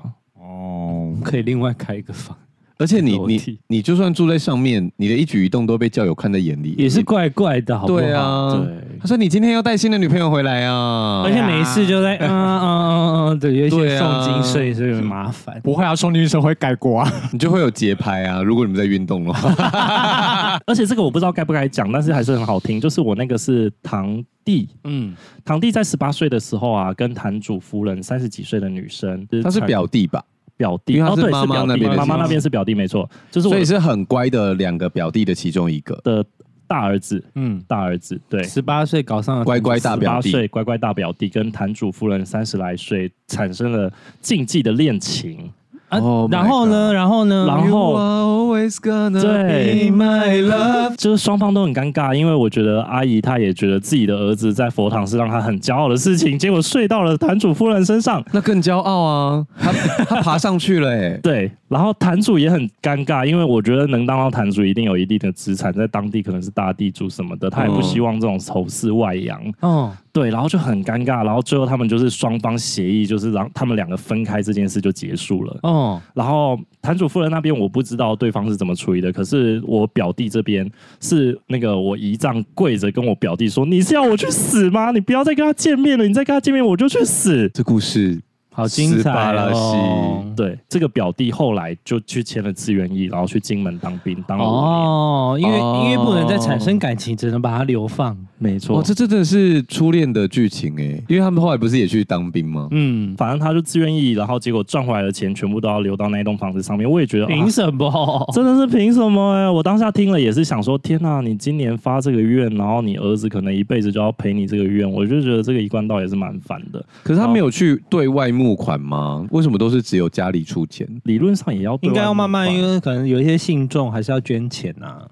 S4: 哦，
S3: 可以另外开一个房，
S1: 而且你
S2: 楼
S1: 你
S2: 梯
S1: 你就算住在上面，你的一举一动都被教友看在眼里，
S3: 也是怪怪的，好不好？
S1: 对，啊。
S2: 对
S1: 他说：“你今天要带新的女朋友回来啊！”
S3: 而且每一次就在嗯嗯嗯嗯，对，有一
S1: 对
S3: 些
S1: 啊
S3: 诵经税，所以很麻烦。
S4: 不会啊，宋女生会盖锅啊。
S1: 你就会有节拍啊。如果你们在运动的话，
S2: 而且这个我不知道该不该讲，但是还是很好听。就是我那个是堂弟，
S3: 嗯，
S2: 堂弟在十八岁的时候啊，跟堂主夫人三十几岁的女生，
S1: 他是表弟吧？
S2: 表
S1: 因为
S2: 弟，
S1: 他
S2: 哦
S1: 是
S2: 对，
S1: 妈
S2: 是
S1: 妈
S2: 表
S1: 那
S2: 弟，
S1: 边的
S2: 妈妈
S1: 亲
S2: 那
S1: 戚
S2: 边是表弟，没错，就是
S1: 所
S2: 我
S1: 以是很乖的两个表弟的其中一个。
S2: 的大儿子，
S3: 嗯，
S2: 大儿子对，
S3: 十八岁搞上了
S1: 乖乖大表弟
S2: 18岁乖乖大表弟跟坛主夫人三十来岁产生了禁忌的恋情，
S3: 啊
S1: Oh my，
S3: 然后呢，然后呢，
S2: 然后
S1: You are always gonna
S2: 对
S1: be my love
S2: 就是双方都很尴尬，因为我觉得阿姨她也觉得自己的儿子在佛堂是让她很骄傲的事情，结果睡到了坛主夫人身上。
S1: 那更骄傲啊！他他爬上去了 哎、
S2: 对，然后坛主也很尴尬，因为我觉得能当到坛主一定有一定的资产，在当地可能是大地主什么的，他也不
S1: 嗯
S2: 希望这种仇视外扬。
S3: 哦，
S2: 对，然后就很尴尬，然后最后他们就是双方协议，就是让他们两个分开这件事就结束了。
S3: 哦，
S2: 然后坛主夫人那边我不知道对方是怎么处理的，可是我表弟这边是那个我姨丈跪着跟我表弟说：“你是要我去死吗？你不要再跟他见面了，你再跟他见面我就去死。
S1: 这故事
S3: 好精
S1: 斯巴
S3: 彩
S1: 拉
S3: 哦！”
S2: 对，这个表弟后来就去签了志愿役，然后去金门当兵，当了五年。
S3: 哦，因为
S1: 哦
S3: 因为不能再产生感情，只能把它流放。
S2: 没
S1: 哇，
S2: 错
S1: 这。真的是初恋的剧情哎、因为他们后来不是也去当兵吗？
S2: 嗯，反正他就自愿意，然后结果赚回来的钱全部都要留到那一栋房子上面。我也觉得，啊
S3: 凭什么？
S2: 真的是凭什么、欸？我当下听了也是想说，天呐，你今年发这个愿，然后你儿子可能一辈子就要陪你这个愿，我就觉得这个一贯道也是蛮烦的。
S1: 可是他没有去对外募款吗？为什么都是只有家里出钱？
S2: 理论上也要对啊
S3: 应该要
S2: 外
S3: 慢慢，
S2: 募款
S3: 因为可能有一些信众还是要捐钱啊，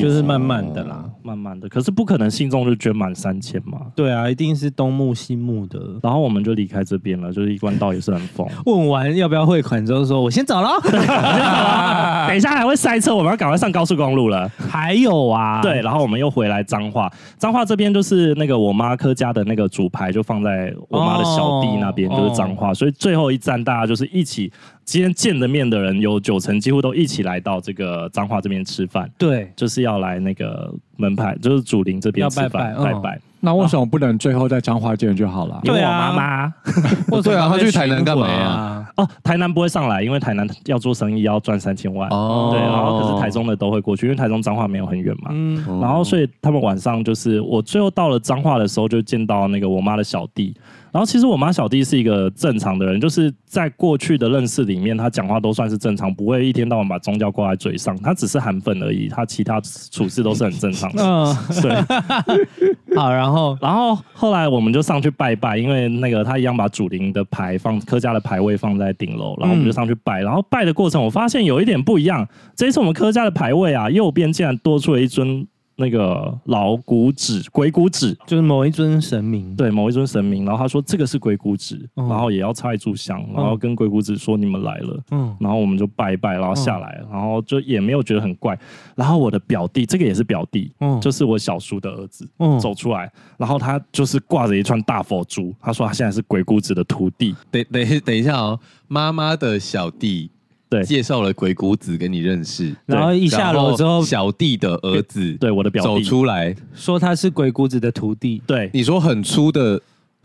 S3: 就是慢慢的啦。
S2: 慢慢的，可是不可能信众就捐满三千嘛。
S3: 对啊，一定是东木西木的。
S2: 然后我们就离开这边了，就是一贯道也是很疯。
S3: 问完要不要汇款之后，说我先走 了。
S2: 等一下还会塞车，我们要赶快上高速公路了。
S3: 还有啊，
S2: 对，，然后我们又回来彰化，彰化这边就是那个我妈客家的那个主牌就放在我妈的小弟那边，
S3: 哦
S2: 就是彰化，所以最后一站大家就是一起，今天见的面的人有九成几乎都一起来到这个彰化这边吃饭，
S3: 对，
S2: 就是要来那个门牌，就是主林这边
S3: 要
S2: 吃饭
S3: 拜拜嗯
S2: 拜拜。
S4: 那为什么不能最后再彰化见就好了？
S2: 因
S3: 对啊
S2: 为我妈妈
S3: 或者
S1: 对啊他去台南干嘛
S3: 巡回
S1: 啊
S3: 啊？
S2: 哦，台南不会上来，因为台南要做生意要赚三千万。
S1: 哦
S2: 对，然后可是台中的都会过去，因为台中彰化没有很远嘛。
S3: 嗯，
S1: 哦
S2: 然后所以他们晚上就是我最后到了彰化的时候，就见到那个我妈的小弟。然后其实我妈小弟是一个正常的人，就是在过去的认识里面，他讲话都算是正常，不会一天到晚把宗教挂在嘴上。他只是韩粉而已，他其他处事都是很正常 的。
S3: 嗯，
S2: 对，
S3: 好，然后
S2: 然后后来我们就上去拜拜，因为那个他一样把主灵的牌放客家的牌位放在顶楼，然后我们就上去拜。然后拜的过程，我发现有一点不一样，这一次我们客家的牌位啊，右边竟然多出了一尊那个老古纸、鬼古纸，
S3: 就是某一尊神明，
S2: 对，某一尊神明。然后他说这个是鬼古纸，
S3: 嗯
S2: 然后也要插一炷香，然后跟鬼古纸说你们来了。
S3: 嗯，
S2: 然后我们就拜一拜，然后下来，然后就也没有觉得很怪。然后我的表弟，这个也是表弟，
S3: 嗯
S2: 就是我小叔的儿子，
S3: 嗯
S2: 走出来，然后他就是挂着一串大佛珠，他说他现在是鬼谷子的徒弟，
S1: 等等等一下哦，妈妈的小弟
S2: 对
S1: 介绍了鬼谷子给你认识，
S3: 然后一下楼之后
S1: 小弟的儿子
S2: 对我的表
S1: 走
S2: 弟，
S1: 出来，
S3: 说他是鬼谷子的徒弟，
S2: 对
S1: 你说很粗的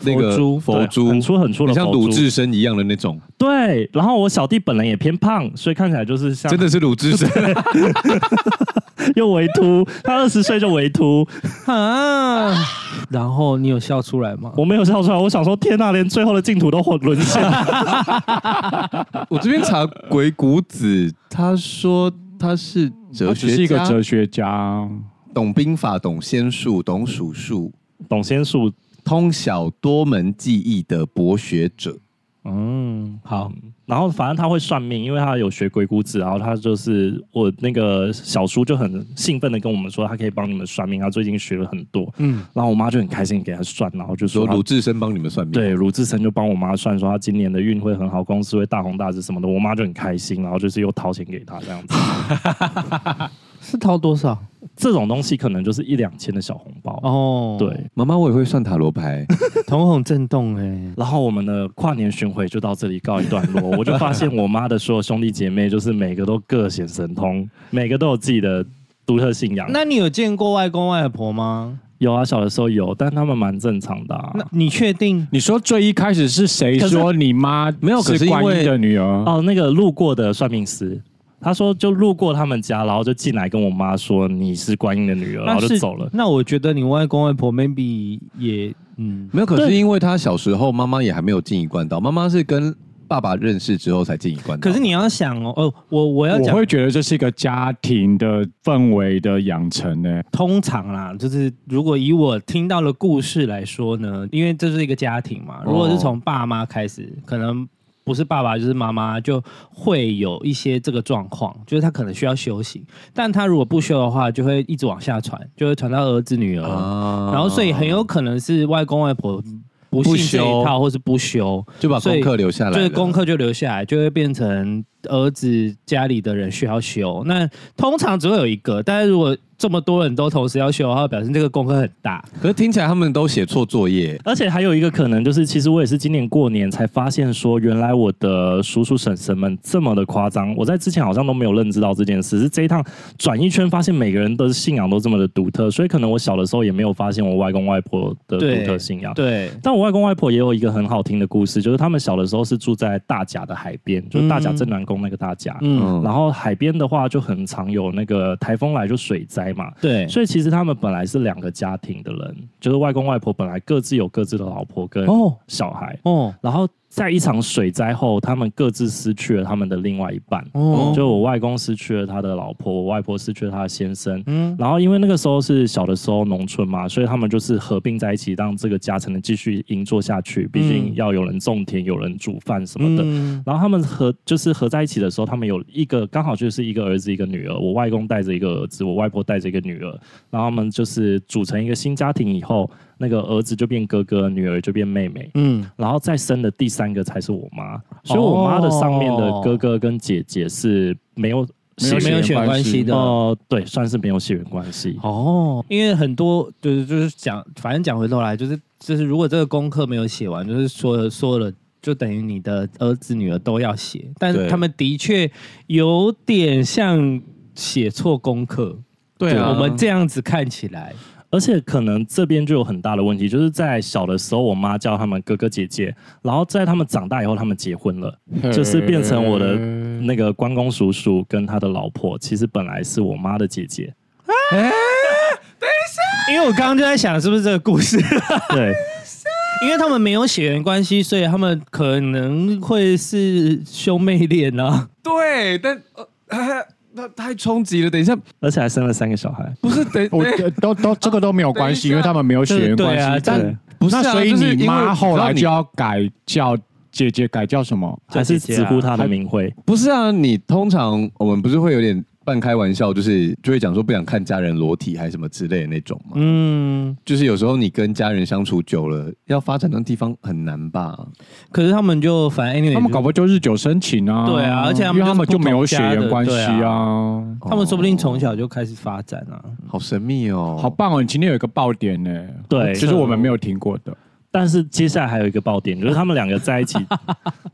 S1: 那个
S3: 佛珠
S1: 佛
S2: 对
S1: 珠，
S2: 很粗很粗的
S1: 很像
S2: 佛
S1: 鲁
S2: 珠，
S1: 智深一样的那种，
S2: 对。然后我小弟本人也偏胖，所以看起来就 是像
S1: 真的是鲁智深。
S2: 又围秃，他二十岁就围秃，
S3: 啊，然后你有笑出来吗？
S2: 我没有笑出来，我想说天呐，连最后的净土都混沦陷，
S1: 我这边查鬼谷子，他说他是哲
S4: 他
S1: 学
S4: 只
S1: 家，
S4: 是一个哲学家，
S1: 懂兵法、懂仙术、懂数术，
S2: 董先树
S1: 通晓多门技艺的博学者。
S3: 嗯，好，
S2: 然后反正他会算命，因为他有学鬼谷子，然后他就是我那个小叔就很兴奋的跟我们说，他可以帮你们算命，他最近学了很多，
S3: 嗯，
S2: 然后我妈就很开心给他算，然后就
S1: 说
S2: 说
S1: 鲁
S2: 他
S1: 智深帮你们算命，
S2: 对，鲁智深就帮我妈算说他今年的运会很好，公司会大红大紫什么的，我妈就很开心，然后就是又掏钱给他这样 子，
S3: 是掏多少？
S2: 这种东西可能就是一两千的小红包，
S3: 哦，
S2: 对，。
S1: 妈妈我也会算塔罗牌，
S3: 瞳孔震动，哎，
S2: 然后我们的跨年巡回就到这里告一段 落。我就发现我妈的所有兄弟姐妹，就是每个都各显神通，每个都有自己的独特信仰。
S3: 那你有见过外公外婆吗？
S2: 有啊，小的时候有，但他们蛮正常的、啊。
S3: 那你确定？
S4: 你说最一开始是谁
S2: 可是
S4: 说你妈
S1: 没有可是
S4: 是
S1: 因
S4: 观
S1: 为
S4: 音的女儿？
S2: 哦，那个路过的算命师，他说就路过他们家，然后就进来跟我妈说你是观音的女儿，然后
S3: 那
S2: 就是走了。
S3: 那我觉得你外公外婆 maybe 也，嗯，
S1: 没有，可是
S2: 对
S1: 因为他小时候妈妈也还没有进一贯道，妈妈是跟爸爸认识之后才进一贯道。
S3: 可是你要想哦，哦，我我要
S4: 我
S3: 讲，
S4: 会觉得这是一个家庭的氛围的养成呢、
S3: 通常啦，就是如果以我听到的故事来说呢，因为这是一个家庭
S4: 哦
S3: 嘛，如果是从爸妈开始，可能不是爸爸就是妈妈，就会有一些这个状况，就是他可能需要休息，但他如果不休的话，就会一直往下传，就会传到儿子女儿，
S4: 哦
S1: 啊
S3: 然后所以很有可能是外公外婆不
S1: 不
S3: 信
S1: 休
S3: 这一套，或是不休，
S1: 就把
S3: 所
S1: 功
S3: 以
S1: 课留下来了，
S3: 就是功课就留下来，就会变成儿子家里的人需要修。那通常只会有一个，但是如果这么多人都同时要修的话，表示这个功课很大。
S1: 可是听起来他们都写错作业，
S2: 而且还有一个可能就是，其实我也是今年过年才发现说，原来我的叔叔婶婶们这么的夸张。我在之前好像都没有认知到这件事，是这一趟转一圈发现每个人的信仰都这么的独特，所以可能我小的时候也没有发现我外公外婆的
S3: 对
S2: 独特信仰。
S3: 对，
S2: 但我外公外婆也有一个很好听的故事，就是他们小的时候是住在大甲的海边，就是大甲镇南宫那个大甲。
S3: 嗯
S1: 嗯，
S2: 然后海边的话就很常有那个台风来就水灾，开嘛，
S3: 对，
S2: 所以其实他们本来是两个家庭的人，就是外公外婆本来各自有各自的老婆跟
S3: 哦
S2: 小孩，
S3: 哦
S2: 然后在一场水灾后，他们各自失去了他们的另外一半。
S3: 哦，
S2: 就我外公失去了他的老婆，我外婆失去了她的先生。
S3: 嗯
S2: 然后因为那个时候是小的时候农村嘛，所以他们就是合并在一起，让这个家才能继续运作下去。毕竟要有人种田，有人煮饭什么的。
S3: 嗯
S2: 然后他们合就是合在一起的时候，他们有一个刚好就是一个儿子一个女儿，我外公带着一个儿子，我外婆带着一个女儿，然后他们就是组成一个新家庭以后，那个儿子就变哥哥，女儿就变妹妹，
S3: 嗯，
S2: 然后再生的第三个才是我妈，所以我妈的上面的哥哥跟姐姐是没有
S4: 没有
S3: 没有血缘关系的
S2: 呃，对，算是没有血缘关系。
S3: 哦，因为很多就是就是讲，反正讲回头来就是就是，如果这个功课没有写完，就是说说了。就等于你的儿子女儿都要写，但
S1: 对
S3: 他们的确有点像写错功课。
S1: 对啊
S3: 我们这样子看起来，
S2: 而且可能这边就有很大的问题，就是在小的时候，我妈叫他们哥哥姐姐，然后在他们长大以后，他们结婚了，就是变成我的那个关公叔叔跟他的老婆，其实本来是我妈的姐姐。
S3: 因为我刚刚就在想，是不是这个故事？
S2: 对，
S3: 因为他们没有血缘关系，所以他们可能会是兄妹恋啊。
S1: 对，但呃，啊那太冲击了。等一下，
S2: 而且还生了三个小 孩。
S1: 不是 等
S4: 我
S1: 等一下
S4: 都都这个都没有关系，
S1: 等一下
S4: 因为他们没有血缘
S3: 对
S4: 关
S3: 对啊
S4: 系。但
S2: 对
S1: 不是啊
S4: 那所以
S1: 就是因为
S4: 你妈后来
S1: 你知
S4: 就
S1: 道
S4: 要改叫姐姐，改叫什么？
S2: 还
S3: 啊
S2: 是直呼他的名讳，
S1: 不是啊，你通常我们不是会有点半开玩笑，就是就会讲说不想看家人裸体还是什么之类的那种嘛。
S3: 嗯，
S1: 就是有时候你跟家人相处久了，要发展到地方很难吧？
S3: 可是他们就反正 anyway，
S4: 他们搞
S3: 不
S4: 不好就日久生情啊。
S3: 对啊而且他们
S4: 因为他们
S3: 就是
S4: 就
S3: 不
S4: 没有血
S3: 同家的
S4: 缘关系
S3: 对
S4: 啊。
S3: 他们说不定从
S1: 哦
S3: 小就开始发展啊。
S1: 好神秘哦，
S4: 好棒哦！你今天有一个爆点呢，
S2: 对
S4: 就是我们没有听过的。
S2: 但是接下来还有一个爆点，就是他们两个在一起，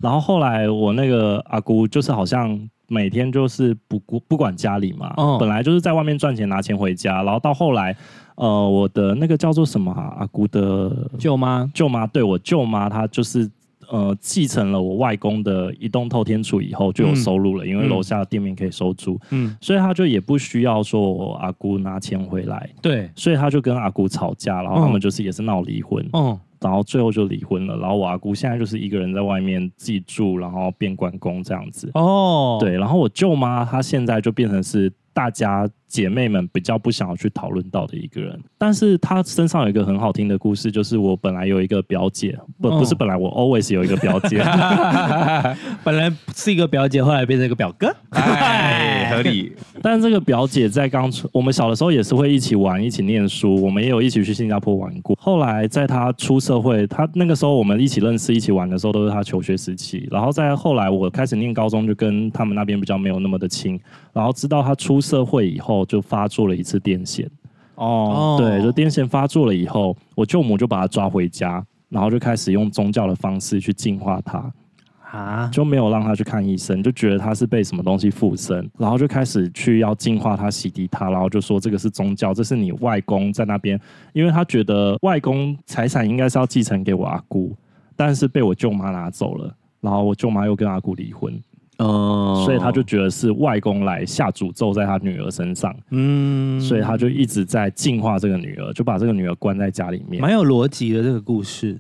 S2: 然后后来我那个阿姑就是好像每天就是不顾不管家里嘛，
S3: 哦
S2: 本来就是在外面赚钱拿钱回家，然后到后来，呃，我的那个叫做什么啊，阿姑的
S3: 舅妈，
S2: 舅妈，对我舅妈她就是。呃，继承了我外公的一栋透天厝以后就有收入了，因为楼下的店面可以收租，
S3: 嗯，
S2: 所以他就也不需要说我阿姑拿钱回来，
S3: 对，
S2: 所以他就跟阿姑吵架，然后他们就是也是闹离婚。
S3: 哦，
S2: 然后最后就离婚了。然后我阿姑现在就是一个人在外面自己住，然后变关公这样子。
S3: 哦，
S2: 对，然后我舅妈她现在就变成是大家姐妹们比较不想要去讨论到的一个人，但是她身上有一个很好听的故事，就是我本来有一个表姐，不、
S3: 哦
S2: 不是本来我 always 有一个表姐，
S3: 本来是一个表姐，后来变成一个表哥。
S1: 哎，合理。
S2: 但这个表姐在刚出，我们小的时候也是会一起玩、一起念书，我们也有一起去新加坡玩过。后来在她出社会，她那个时候我们一起认识、一起玩的时候，都是她求学时期。然后再后来我开始念高中，就跟他们那边比较没有那么的亲。然后直到她出社会以后，就发作了一次癫痫。
S3: 哦
S4: 哦，
S2: 对，就癫痫发作了以后，我舅母就把她抓回家，然后就开始用宗教的方式去净化她。
S3: 啊，
S2: 就没有让他去看医生，就觉得他是被什么东西附身，然后就开始去要净化他、洗涤他，然后就说这个是宗教，这是你外公在那边，因为他觉得外公财产应该是要继承给我阿姑，但是被我舅妈拿走了。然后我舅妈又跟阿姑离婚，
S1: 嗯，
S2: 所以他就觉得是外公来下诅咒在他女儿身上，
S3: 嗯，
S2: 所以他就一直在净化这个女儿，就把这个女儿关在家里面。
S3: 蛮有逻辑的这个故事，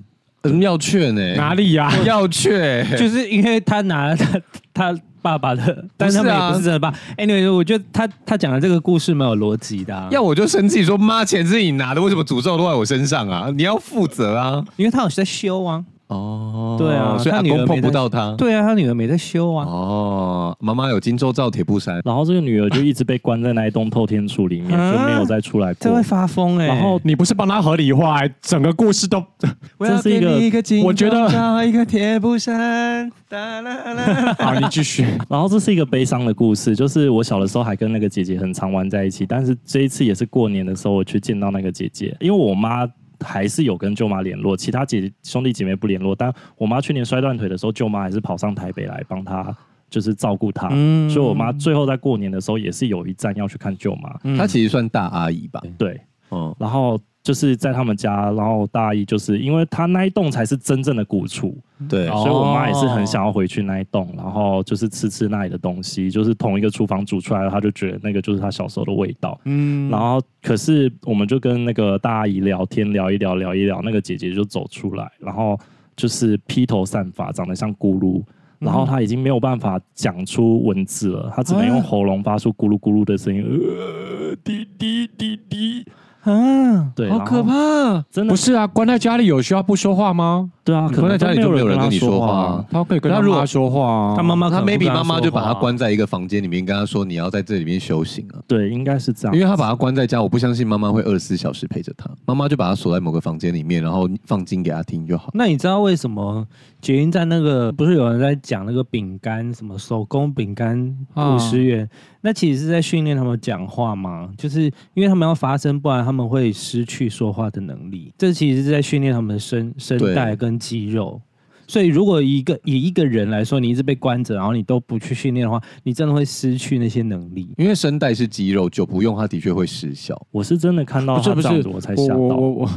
S1: 嗯要劝呢，
S4: 哪里呀？
S1: 要劝？
S3: 就是因为他拿了他他爸爸的，但是他们
S1: 不是啊
S3: 也不是真的爸。anyway，我觉得他他讲的这个故事蛮有逻辑的、啊，
S1: 要我就生气说妈，钱是你拿的，为什么诅咒都在我身上啊？你要负责啊！
S3: 因为他有在修啊，
S1: 哦，
S3: 对啊
S1: 所以
S3: 他
S1: 阿
S3: 女儿
S1: 公
S3: 没
S1: 碰不
S3: 在
S1: 到他。
S3: 对啊，他女儿没在修啊，
S1: 哦，妈妈有金州罩铁布衫，
S2: 然后这个女儿就一直被关在那一栋透天厝里面，就没有再出来
S3: 这
S2: 过
S3: 会。发疯哎、
S2: 然后
S4: 你不是帮他合理化，整个故事都
S1: 我
S2: 这是一个
S1: 给你个金
S4: 我觉得。
S1: 钟罩一个铁布衫，哒啦啦
S4: 好，你继续。
S2: 然后这是一个悲伤的故事，就是我小的时候还跟那个姐姐很常玩在一起，但是这一次也是过年的时候我去见到那个姐姐，因为我妈。还是有跟舅妈联络，其他姐兄弟姐妹不联络。但我妈去年摔断腿的时候，舅妈还是跑上台北来帮她，就是照顾她。
S3: 嗯
S2: 所以我妈最后在
S1: 嗯
S2: 过年的时候也是有一站要去看舅妈。
S1: 她其实算大阿姨吧？
S2: 对，
S1: 哦，
S2: 然后就是在他们家，然后大一就是因为他那一栋才是真正的古厝，
S1: 对，
S3: 哦
S2: 所以我妈也是很想要回去那一栋，然后就是吃吃那里的东西，就是同一个厨房煮出来的，她就觉得那个就是她小时候的味道。
S4: 嗯
S2: 然后可是我们就跟那个大阿姨聊天，聊一聊，聊一聊，那个姐姐就走出来，然后就是披头散发，长得像咕噜。然
S4: 嗯
S2: 后她已经没有办法讲出文字了，她只能用喉咙发出咕噜咕噜的声音，
S4: 哎
S2: 呃，滴滴滴滴，
S3: 啊，
S2: 对，
S4: 好
S2: 然后
S4: 可怕！
S2: 真的
S4: 不是啊，关在家里有需要不说话吗？
S2: 对啊，
S1: 你
S2: 可
S1: 关
S2: 能
S1: 在家里
S2: 都
S1: 就
S2: 没
S1: 没有人跟
S2: 人跟
S1: 你说
S2: 说
S1: 话
S2: 啊。
S4: 他可以跟
S1: 那
S4: 他
S1: 如果
S4: 妈说话啊。
S3: 他妈妈可
S1: 他
S3: 能不
S1: maybe
S3: 跟
S1: 妈妈就
S3: 说话啊
S1: 把他关在一个房间里面，跟他说你要在这里面修行啊，
S2: 对，应该是这样
S1: 因。为他把他关在家，我不相信妈妈会二十四小时陪着他，妈妈就把他锁在某个房间里面，然后放经给他听就好。
S3: 那你知道为什么捷运站那个不是有人在讲那个饼干什么手工饼干
S4: 啊
S3: 五十元？那其实是在训练他们讲话嘛，就是因为他们要发声，不然他们会失去说话的能力。这其实是在训练他们的声声
S1: 对
S3: 带跟肌肉。所以，如果一个以一个人来说，你一直被关着，然后你都不去训练的话，你真的会失去那些能力。
S1: 因为声带是肌肉，久不用它的确会失效。
S2: 我是真的看到
S4: 不是
S2: 她
S4: 不
S2: 这
S4: 是
S2: 样子，我才
S4: 我
S2: 吓
S4: 我我
S2: 到。
S4: 我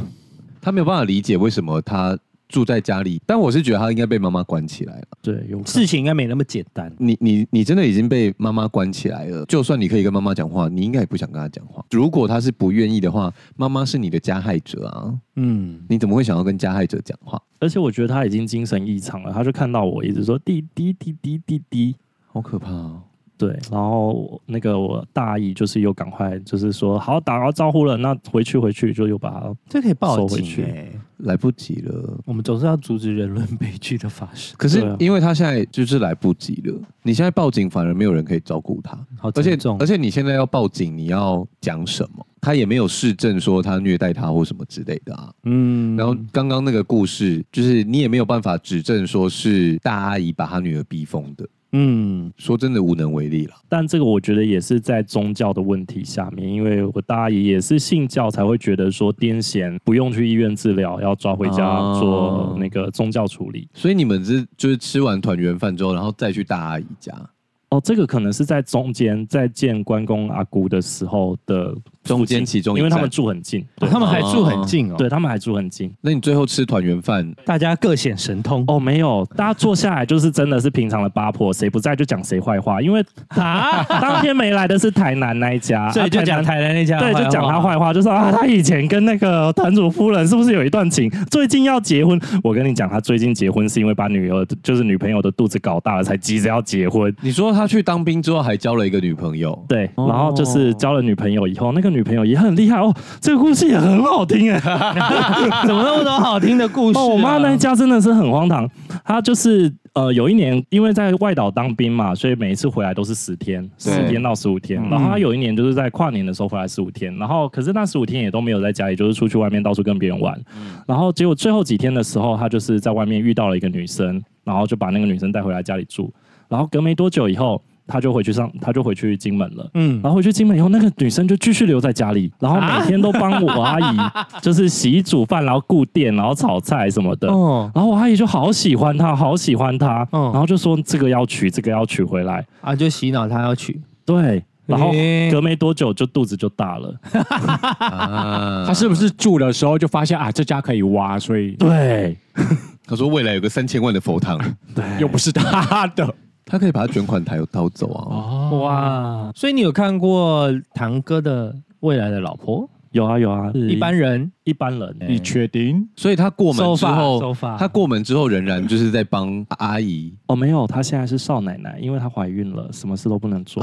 S1: 他没有办法理解为什么他住在家里，但我是觉得他应该被妈妈关起来了。
S2: 对，有可能
S3: 事情应该没那么简单。
S1: 你你你真的已经被妈妈关起来了，就算你可以跟妈妈讲话，你应该也不想跟她讲话。如果她是不愿意的话，妈妈是你的加害者啊，
S3: 嗯，
S1: 你怎么会想要跟加害者讲话？
S2: 而且我觉得他已经精神异常了，他就看到我一直说滴滴滴滴滴滴，
S1: 好可怕哦！
S2: 对，然后我那个我大意就是又赶快就是说好打到招呼了，那回去回去就又把他
S3: 这可以报
S2: 收回
S3: 警
S2: 去
S3: 哎、
S1: 来不及了。
S3: 我们总是要阻止人伦悲剧的发生。
S1: 可
S2: 对
S1: 是
S2: 啊
S1: 因为他现在就是来不及了，你现在报警反而没有人可以照顾他，
S3: 好
S1: 而
S3: 沉
S1: 且呃
S3: 重，
S1: 而且你现在要报警，你要讲什么？他也没有市政说他虐待他或什么之类的啊。
S3: 嗯
S1: 然后刚刚那个故事，就是你也没有办法指证说是大阿姨把她女儿逼疯的，
S3: 嗯，
S1: 说真的无能为力了。
S2: 但这个我觉得也是在宗教的问题下面，因为我大姨也是信教才会觉得说癫痫不用去医院治疗，要抓回家
S1: 哦
S2: 做那个宗教处理。
S1: 所以你们是就是吃完团圆饭之后，然后再去大阿姨家，
S2: 哦，这个可能是在中间在见关公阿姑的时候的附
S1: 中间
S2: 近
S1: 其中一
S2: 因为他们
S1: 站
S2: 住很近，对
S3: 他们还住很近哦，
S2: 对，他们还住很近。
S1: 那你最后吃团圆饭，
S3: 大家各显神通
S2: 哦，没有，大家坐下来就是真的是平常的八婆，谁不在就讲谁坏话，因为
S3: 啊，
S2: 当天没来的是台南那一家，
S3: 所以就讲
S2: 啊
S3: 台南那家，
S2: 南对，就讲他，坏话，就说啊，他以前跟那个坛主夫人是不是有一段情？最近要结婚，我跟你讲，他最近结婚是因为把女儿就是女朋友的肚子搞大了，才急着要结婚。
S1: 你说他去当兵之后还交了一个女朋友，
S2: 对，然后
S3: 哦
S2: 就是交了女朋友以后，那个女朋友也很厉害哦，这个故事也很好听哎。
S3: 怎么那么多好听的故事啊？
S2: 哦，我妈那一家真的是很荒唐，她就是呃有一年因为在外岛当兵嘛，所以每一次回来都是十天，十
S1: 对
S2: 天到十五天。然后她有一年就是在跨年的时候回来十五天，然后可是那十五天也都没有在家里，就是出去外面到处跟别人玩。然后结果最后几天的时候，她就是在外面遇到了一个女生，然后就把那个女生带回来家里住。然后隔没多久以后，她就回去上，她就回去金门了。
S3: 嗯啊
S2: 然后回去金门以后，那个女生就继续留在家里，然后每天都帮我阿 姨就是洗煮饭，然后顾店，然后炒菜什么的。
S3: 哦
S2: 然后我阿姨就好喜欢她，好喜欢她，
S3: 嗯
S2: 然后就说这个要娶，这个要娶回来。
S3: 啊，就洗脑他要娶，
S2: 对，然后
S3: 诶
S2: 隔没多久就肚子就大了。
S1: 啊
S4: 他是不是住的时候就发现啊，这家可以挖，所以
S2: 对，
S1: 他说未来有个三千万的佛堂，
S4: 又不是他的
S1: 他可以把他卷款台偷走啊。
S4: 哦。
S3: 哇！所以你有看过堂哥的未来的老婆，
S2: 有啊有啊，
S3: 一般人嗯
S2: 一般人。
S4: 你确定？
S1: 所以他过门
S3: 收
S1: 之
S3: 发
S1: 后
S3: 收，发，
S1: 他过门之后仍然就是在帮阿姨
S2: 哦，没有，她现在是少奶奶，因为她怀孕了，什么事都不能做。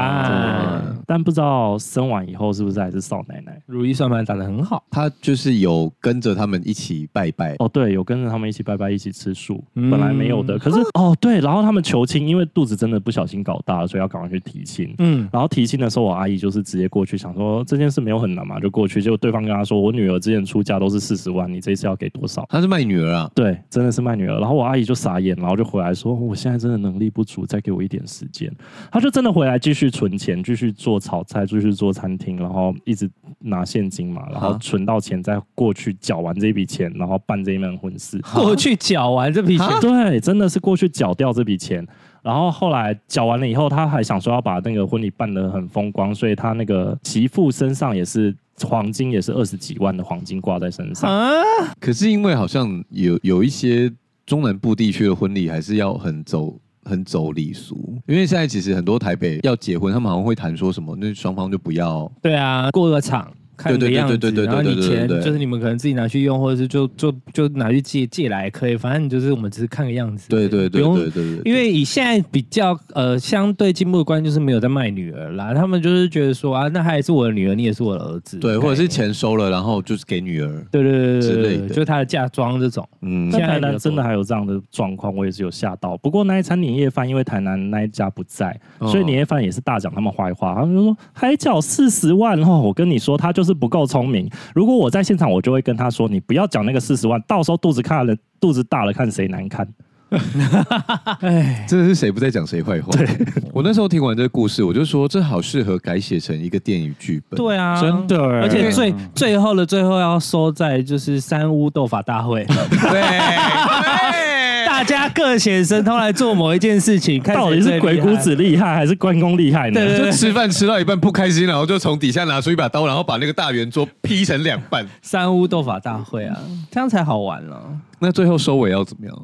S1: 啊
S3: 啊，
S2: 但不知道生完以后是不是还是少奶奶？
S3: 如意算盘打得很好，
S1: 他就是有跟着他们一起拜拜，
S2: 哦，对，有跟着他们一起拜拜，一起吃素，
S3: 嗯
S2: 本来没有的。可是哦，对，然后他们求亲，因为肚子真的不小心搞大了，所以要赶快去提亲。
S3: 嗯，
S2: 然后提亲的时候，我阿姨就是直接过去，想说这件事没有很难嘛，就过去。结果对方跟她说，我女儿之前出嫁都是四十万，你这一次要给多少？
S1: 他是卖女儿啊。
S2: 对，真的是卖女儿。然后我阿姨就傻眼，然后就回来说，我现在真的能力不足，再给我一点时间。她就真的回来继续存钱，继续做炒菜，继续做餐厅，然后一直拿现金嘛，然后
S1: 啊
S2: 存到钱再过去缴完这笔钱，然后办这一门婚事。
S3: 过去缴完这笔钱，
S2: 嗯对，真的是过去缴掉这笔钱。然后后来缴完了以后，他还想说要把那个婚礼办得很风光，所以他那个媳妇身上也是黄金，也是二十几万的黄金挂在身上。
S3: 啊，
S1: 可是因为好像有有一些中南部地区的婚礼还是要很走很走礼俗，因为现在其实很多台北要结婚，他们好像会谈说什么，那双方就不要
S3: 对啊，过个场。看你的
S1: 对对
S3: 样
S1: 对对
S3: 子，
S1: 对对
S3: 然后你
S1: 对对对
S3: 钱
S1: 对
S3: 就是你们可能自己拿去用，或者是就就就拿去借借来也可以，反正就是我们只是看个样子。
S1: 对对
S3: 不
S1: 对
S3: 用
S1: 对对对，
S3: 因为以现在比较呃相对进步的观念，就是没有在卖女儿啦，他们就是觉得说啊，那她也是我的女儿，你也是我的儿子，
S1: 对，或者是
S3: 概念，
S1: 钱收了，然后就是给女儿，
S3: 对对对
S1: 之
S3: 对
S1: 类
S3: 对
S1: 的
S3: 对，就是她的嫁妆这种，
S1: 嗯
S2: 那
S3: 现
S2: 台
S3: 在比
S2: 南
S3: 较
S2: 真的
S3: 多
S2: 还有这样的状况，我也是有吓到。不过那一餐年夜饭，因为台南那一家不在，
S1: 嗯
S2: 所以年夜饭也是大讲他们坏话。他们就说还缴四十万哦，我跟你说，他就是不够聪明。如果我在现场，我就会跟他说，你不要讲那个四十万，到时候肚子看了肚子大了，看谁难看。
S3: 啊
S1: 真的是谁不在讲谁坏话。我那时候听完这个故事，我就说这好适合改写成一个电影剧本。
S3: 对啊，
S4: 真。的欸，
S3: 而且最最后的最后要收在就是三巫斗法大 会，
S1: 对，
S3: 大家各显神通来做某一件事情，看谁
S2: 到底是
S3: 最
S2: 鬼
S3: 厉害
S2: 谷子厉害还是关公厉害呢？
S3: 啊对 对
S1: 就吃饭吃到一半不开心，然后就从底下拿出一把刀，然后把那个大圆桌劈成两半。
S3: 三巫斗法大会啊，这样才好玩了，
S1: 那最后收尾要怎么样？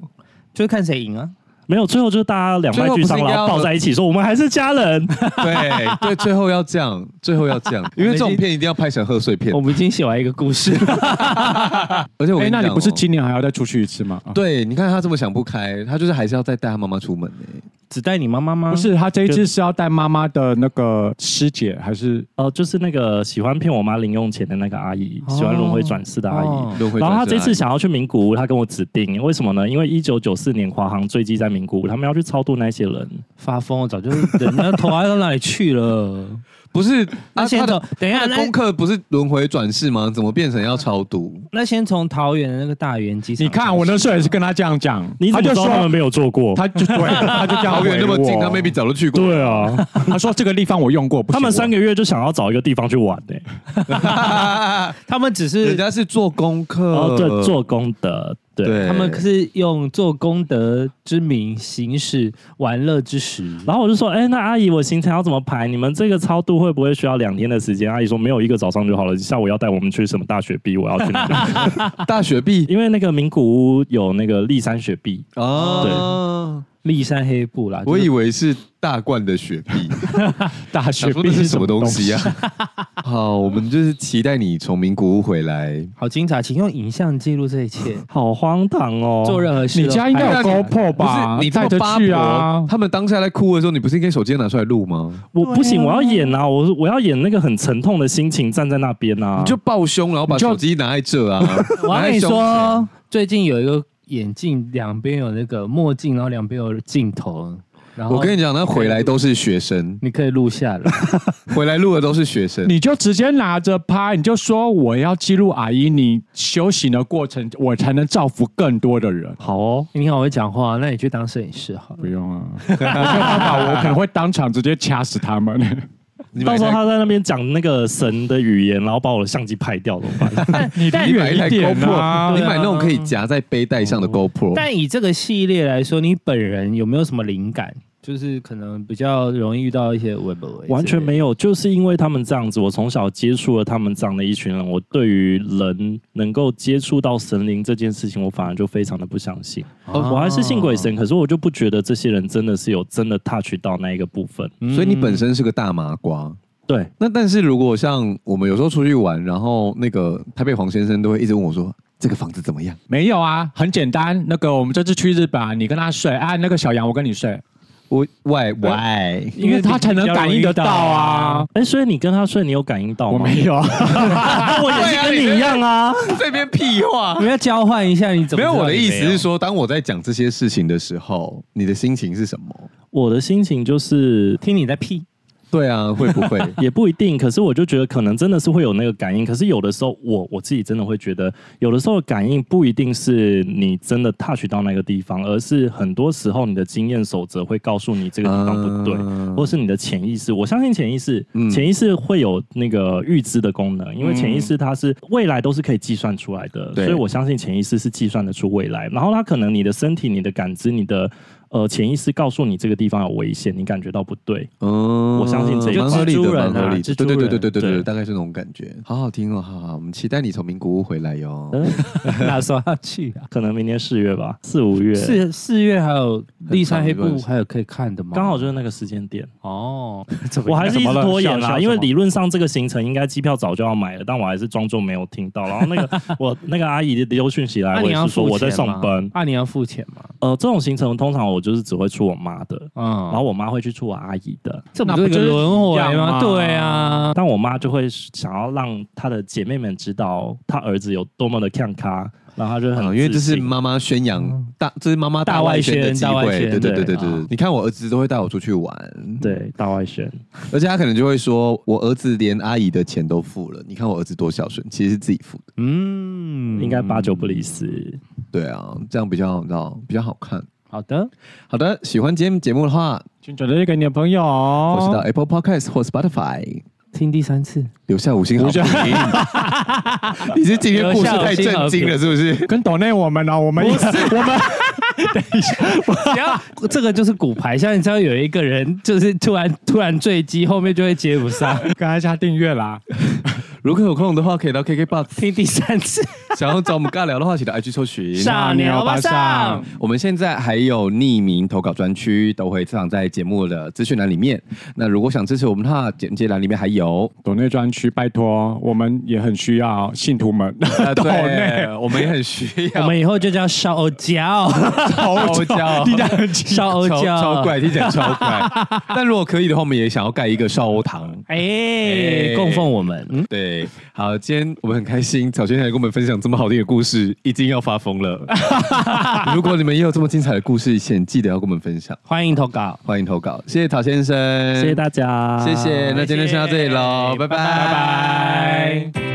S3: 就是看谁赢啊。
S2: 没有，最后就是大家两败
S1: 最后
S2: 俱
S1: 不是
S2: 伤，
S1: 应该
S2: 然后
S1: 要
S2: 抱在一起说我们还是家人。
S1: 对对，最后要这样，最后要这样， 因为这种片一定要拍成贺岁片
S3: 我。们已经写完一个故事了，
S1: 而且我
S4: 哎，
S1: 跟
S4: 那
S1: 讲
S4: 你
S1: 哦
S4: 不是今年还要再出去一次吗？啊
S1: 对，你看他这么想不开，他就是还是要再带他妈妈出门欸
S3: 只带你妈妈吗？
S4: 啊不，是，他这一次是要带妈妈的那个师姐，还是
S2: 哦、就是那个喜欢骗我妈零用钱的那个阿姨，喜欢轮回转世的阿姨。
S3: 哦
S1: 轮回
S2: 然
S1: 转世
S2: 后
S1: 啊。
S2: 他这次想要去名古屋，他跟我指定，为什么呢？因为一九九四年华航坠机在名古屋，他们要去超度那些人。
S3: 发疯，我早就人家头发到哪里去了？
S1: 不是，
S3: 那
S1: 啊
S3: 先
S1: 他的
S3: 从等一下，
S1: 他的
S3: 那
S1: 功课不是轮回转世吗？怎么变成要超度？
S3: 那先从桃园的那个大园机场，
S4: 你看我那时候也是跟他这样讲，
S2: 你
S4: 他
S2: 怎么
S4: 就
S2: 知道他们
S4: 说
S2: 没有做过？
S4: 他就对，他就这样
S1: 桃园
S4: 回
S1: 那么近，
S4: 我
S1: 他 maybe 早就去过。
S2: 对啊，
S4: 他说这个地方我用过，不
S2: 他们三
S4: 个
S2: 个月就想要找一个地方去玩欸呢、
S3: 他们 只
S1: 人
S3: 是
S1: 家是做功课，
S2: 然后哦
S4: 呃
S2: 对做工的，对。
S1: 对，
S3: 他们是用做功德之名行使玩乐之实，
S2: 然后我就说，哎、那阿姨，我行程要怎么排？你们这个超度会不会需要两天的时间？阿姨说没有，一个早上就好了。下午要带我们去什么大雪碧，我要去那 个，
S1: 大雪碧
S2: 因为那个名古屋有那个立山雪碧，
S1: 哦，
S3: 骊山黑布啦。
S1: 我以
S3: 为
S1: 为是大罐的雪碧，
S4: 大
S1: 想
S4: 学
S1: 说
S4: 毕
S1: 那
S4: 业
S1: 是什么东西啊？ 好，我们就是期待你从名古屋回来。
S3: 好精彩，请用影像记录这一切，
S2: 好荒唐哦！
S3: 做任何事哎
S4: 你
S3: 都
S4: 家应该有
S3: 拍下来
S4: GoPro
S1: 不是
S4: 吧？
S1: 你这
S4: 带
S1: 么
S4: 着
S1: 八
S4: 去
S1: 婆
S4: 啊！
S1: 他们当下在哭的时候，你不是应该手机拿出来录吗？
S2: 我哦不行，我要演啊！我我要演那个很沉痛的心情，站在那边啊！
S1: 你就抱胸，然后把
S4: 你就
S1: 手机拿在这啊！
S3: 我
S1: 拿
S3: 要
S1: 在
S3: 跟你
S1: 胸前
S3: 说，最近有一个眼镜，两边有那个墨镜，然后两边有镜头，然后
S1: 我跟你讲，那回来都是学生，
S3: 你可以录下来。
S1: 回来录的都是学 生。
S4: 你就直接拿着拍，你就说我要记录阿姨你修行的过程，我才能造福更多的人。
S2: 好哦，
S3: 你好会讲话，那你去当摄影师好了
S4: 不。用啊，我没有办法， 我可能会当场直接掐死他们。
S1: 你买
S2: 到
S1: 一
S2: 时
S1: 台
S2: 候他在那边讲那个神的语言，然后把我的相机拍掉怎么办？
S4: 你
S3: 但
S4: 离远一点啊！
S1: 你买那种
S3: 对啊
S1: 可以夹在背带上的
S2: 嗯
S1: GoPro，
S3: 但以这个系列来说，你本人有没有什么灵感？就是可能比较容易遇到一些微博，
S2: 完全没
S3: 有。
S2: 有，就是因为他们这样子，我从小接触了他们这样的一群人，我对于人能够接触到神灵这件事情，我反而就非常的不相信。
S3: 啊
S2: 我还是信鬼神，可是我就不觉得这些人真的是有真的 touch 到那一个部分。
S1: 所以你本身是个大麻瓜。
S2: 对，
S1: 那但是如果像我们有时候出去玩，然后那个台北黄先生都会一直问我说：“这个房子怎么样
S4: 没有啊，很简单。那个我们这次去日本啊，你跟他睡啊，那个小杨我跟你睡，？”
S1: 我喂
S2: 嗯
S1: 喂，
S4: 因为他才能感应得到啊。
S2: 哎、所以你跟他睡，你有感应到吗？
S4: 我哦没有，
S2: 那我也是跟你一 样啊。
S1: 这边屁话
S3: 我。们要交换一下，你怎么
S1: 没
S3: 知
S1: 有，
S3: 道
S1: 我的意思
S3: 你没
S1: 是
S3: 有
S1: 说，当我在讲这些事情的时候，你的心情是什么？
S2: 我的心情就是
S3: 听你在 屁。
S1: 对啊，会不会？
S2: 也不一定，可是我就觉得可能真的是会有那个感应。可是有的时候我我自己真的会觉得，有的时候感应不一定是你真的 touch 到那个地方，而是很多时候你的经验守则会告诉你这个地方不对，
S1: 嗯
S2: 或是你的潜意识。我相信潜意识
S1: 嗯，
S2: 潜意识会有那个预知的功能，因为潜意识它是未来都是可以计算出来的，
S1: 对
S2: 所以我相信潜意识是计算得出未来。然后它可能你的身体、你的感知、你的呃潜意识告诉你这个地方有危险，你感觉到不对。
S1: 嗯，
S2: 我相信这一
S1: 蛮合理
S3: 就蜘
S1: 的，
S3: 蛛人啊
S1: 蛮合理的，
S3: 蜘
S1: 对
S3: 蛛
S1: 对
S3: 人
S1: 对对对对对，
S2: 对嗯
S1: 大概是那种感觉。好好听哦，好好，我们期待你从名古屋回来哟。
S3: 哪时候要去啊？
S2: 可能明年四月吧，四五月，
S3: 四四月还有丽莎黑
S1: 很长一段
S3: 布
S1: 时间
S3: 还有可以看的吗？
S2: 刚好就是那个时间点。
S3: 哦，
S2: 我还是一直拖延啦，因为理
S3: 你
S2: 论上这个行程应该机票早就要买了，但我还是装作没有听到。然后那 个我那个阿姨丢讯息来，我
S3: 啊你
S2: 也
S3: 要
S2: 是说
S3: 付
S2: 我在
S3: 钱
S2: 上
S3: 吗
S2: 班。
S3: 啊，你要付钱吗？
S2: 呃，这种行程通常我就是只会出我妈的，
S3: 嗯，
S2: 然后我妈会去出我阿姨的，
S3: 这
S4: 那
S3: 不是一
S4: 不
S3: 个
S4: 就是
S3: 轮
S4: 一
S3: 回
S4: 样
S3: 吗？
S4: 吗
S3: 对啊，
S2: 但我妈就会想要让她的姐妹们知道她儿子有多么的看咖，然后她就会很、
S1: 啊，
S2: 自
S1: 因为这是
S2: 信
S1: 妈妈宣扬大，这是妈妈
S3: 嗯大
S1: 外
S3: 外
S1: 宣的
S3: 宣
S1: 机
S3: 大外
S1: 会。对
S3: 宣
S1: 对对
S2: 对
S1: 对对
S3: 啊，
S1: 你看我儿子都会带我出去玩，，
S2: 对大外宣，
S1: 而且他可能就会说，我儿子连阿姨的钱都付了，你看我儿子多孝顺，其实是自己付的。
S3: 嗯，
S2: 应该八九不离十。
S1: 对啊，这样比较你知道比较好看。
S3: 好的，
S1: 好的，喜欢今天节目的话，
S4: 请转贴给你的朋友。
S1: 或
S3: 哦
S1: 是到
S4: 我
S1: Apple Podcast 或 Spotify
S3: 听第三次，
S1: 留下五星好评。 你是今天故事太震惊了，是不是？
S4: 跟抖内我们哦，我们也我们
S3: 只要这个就是骨牌，像你知道有一个人就是突然突然坠机，后面就会接不上，
S4: 刚才下订阅 啦。
S1: 如果有空的话，可以到 KKBox。
S3: 听第三次，
S1: 想要找我们尬聊的话，请到 IG 搜寻。
S3: 上鸟吧上，
S1: 我们现在还有匿名投稿专区，都会放在节目的资讯栏里面。那如果想支持我们的话，简介栏里面还有。
S4: 抖内专区，拜托，我们也很需要信徒 们。
S1: 啊
S4: 抖内，，
S1: 我们也很需
S3: 我
S1: 要。
S3: 们以后就叫烧欧胶，
S1: 超教，
S4: 你很
S3: 烧欧
S1: 超
S3: 胶，
S1: 超怪，听起来超怪。 但如果可以的话，我们也想要盖一个少欧堂。哎
S3: 哎，供奉我们，嗯，
S1: 对，好，今天我们很开心，草先来跟我们分享这么好听的故事，已经要发疯了。如果你们也有这么精彩的故事，请记得要跟我们分享。
S3: 欢迎投稿，
S1: 欢迎投稿，谢谢陶先生，
S2: 谢谢大家，
S1: 谢谢，那今天先到这里喽，拜拜，
S3: 拜拜。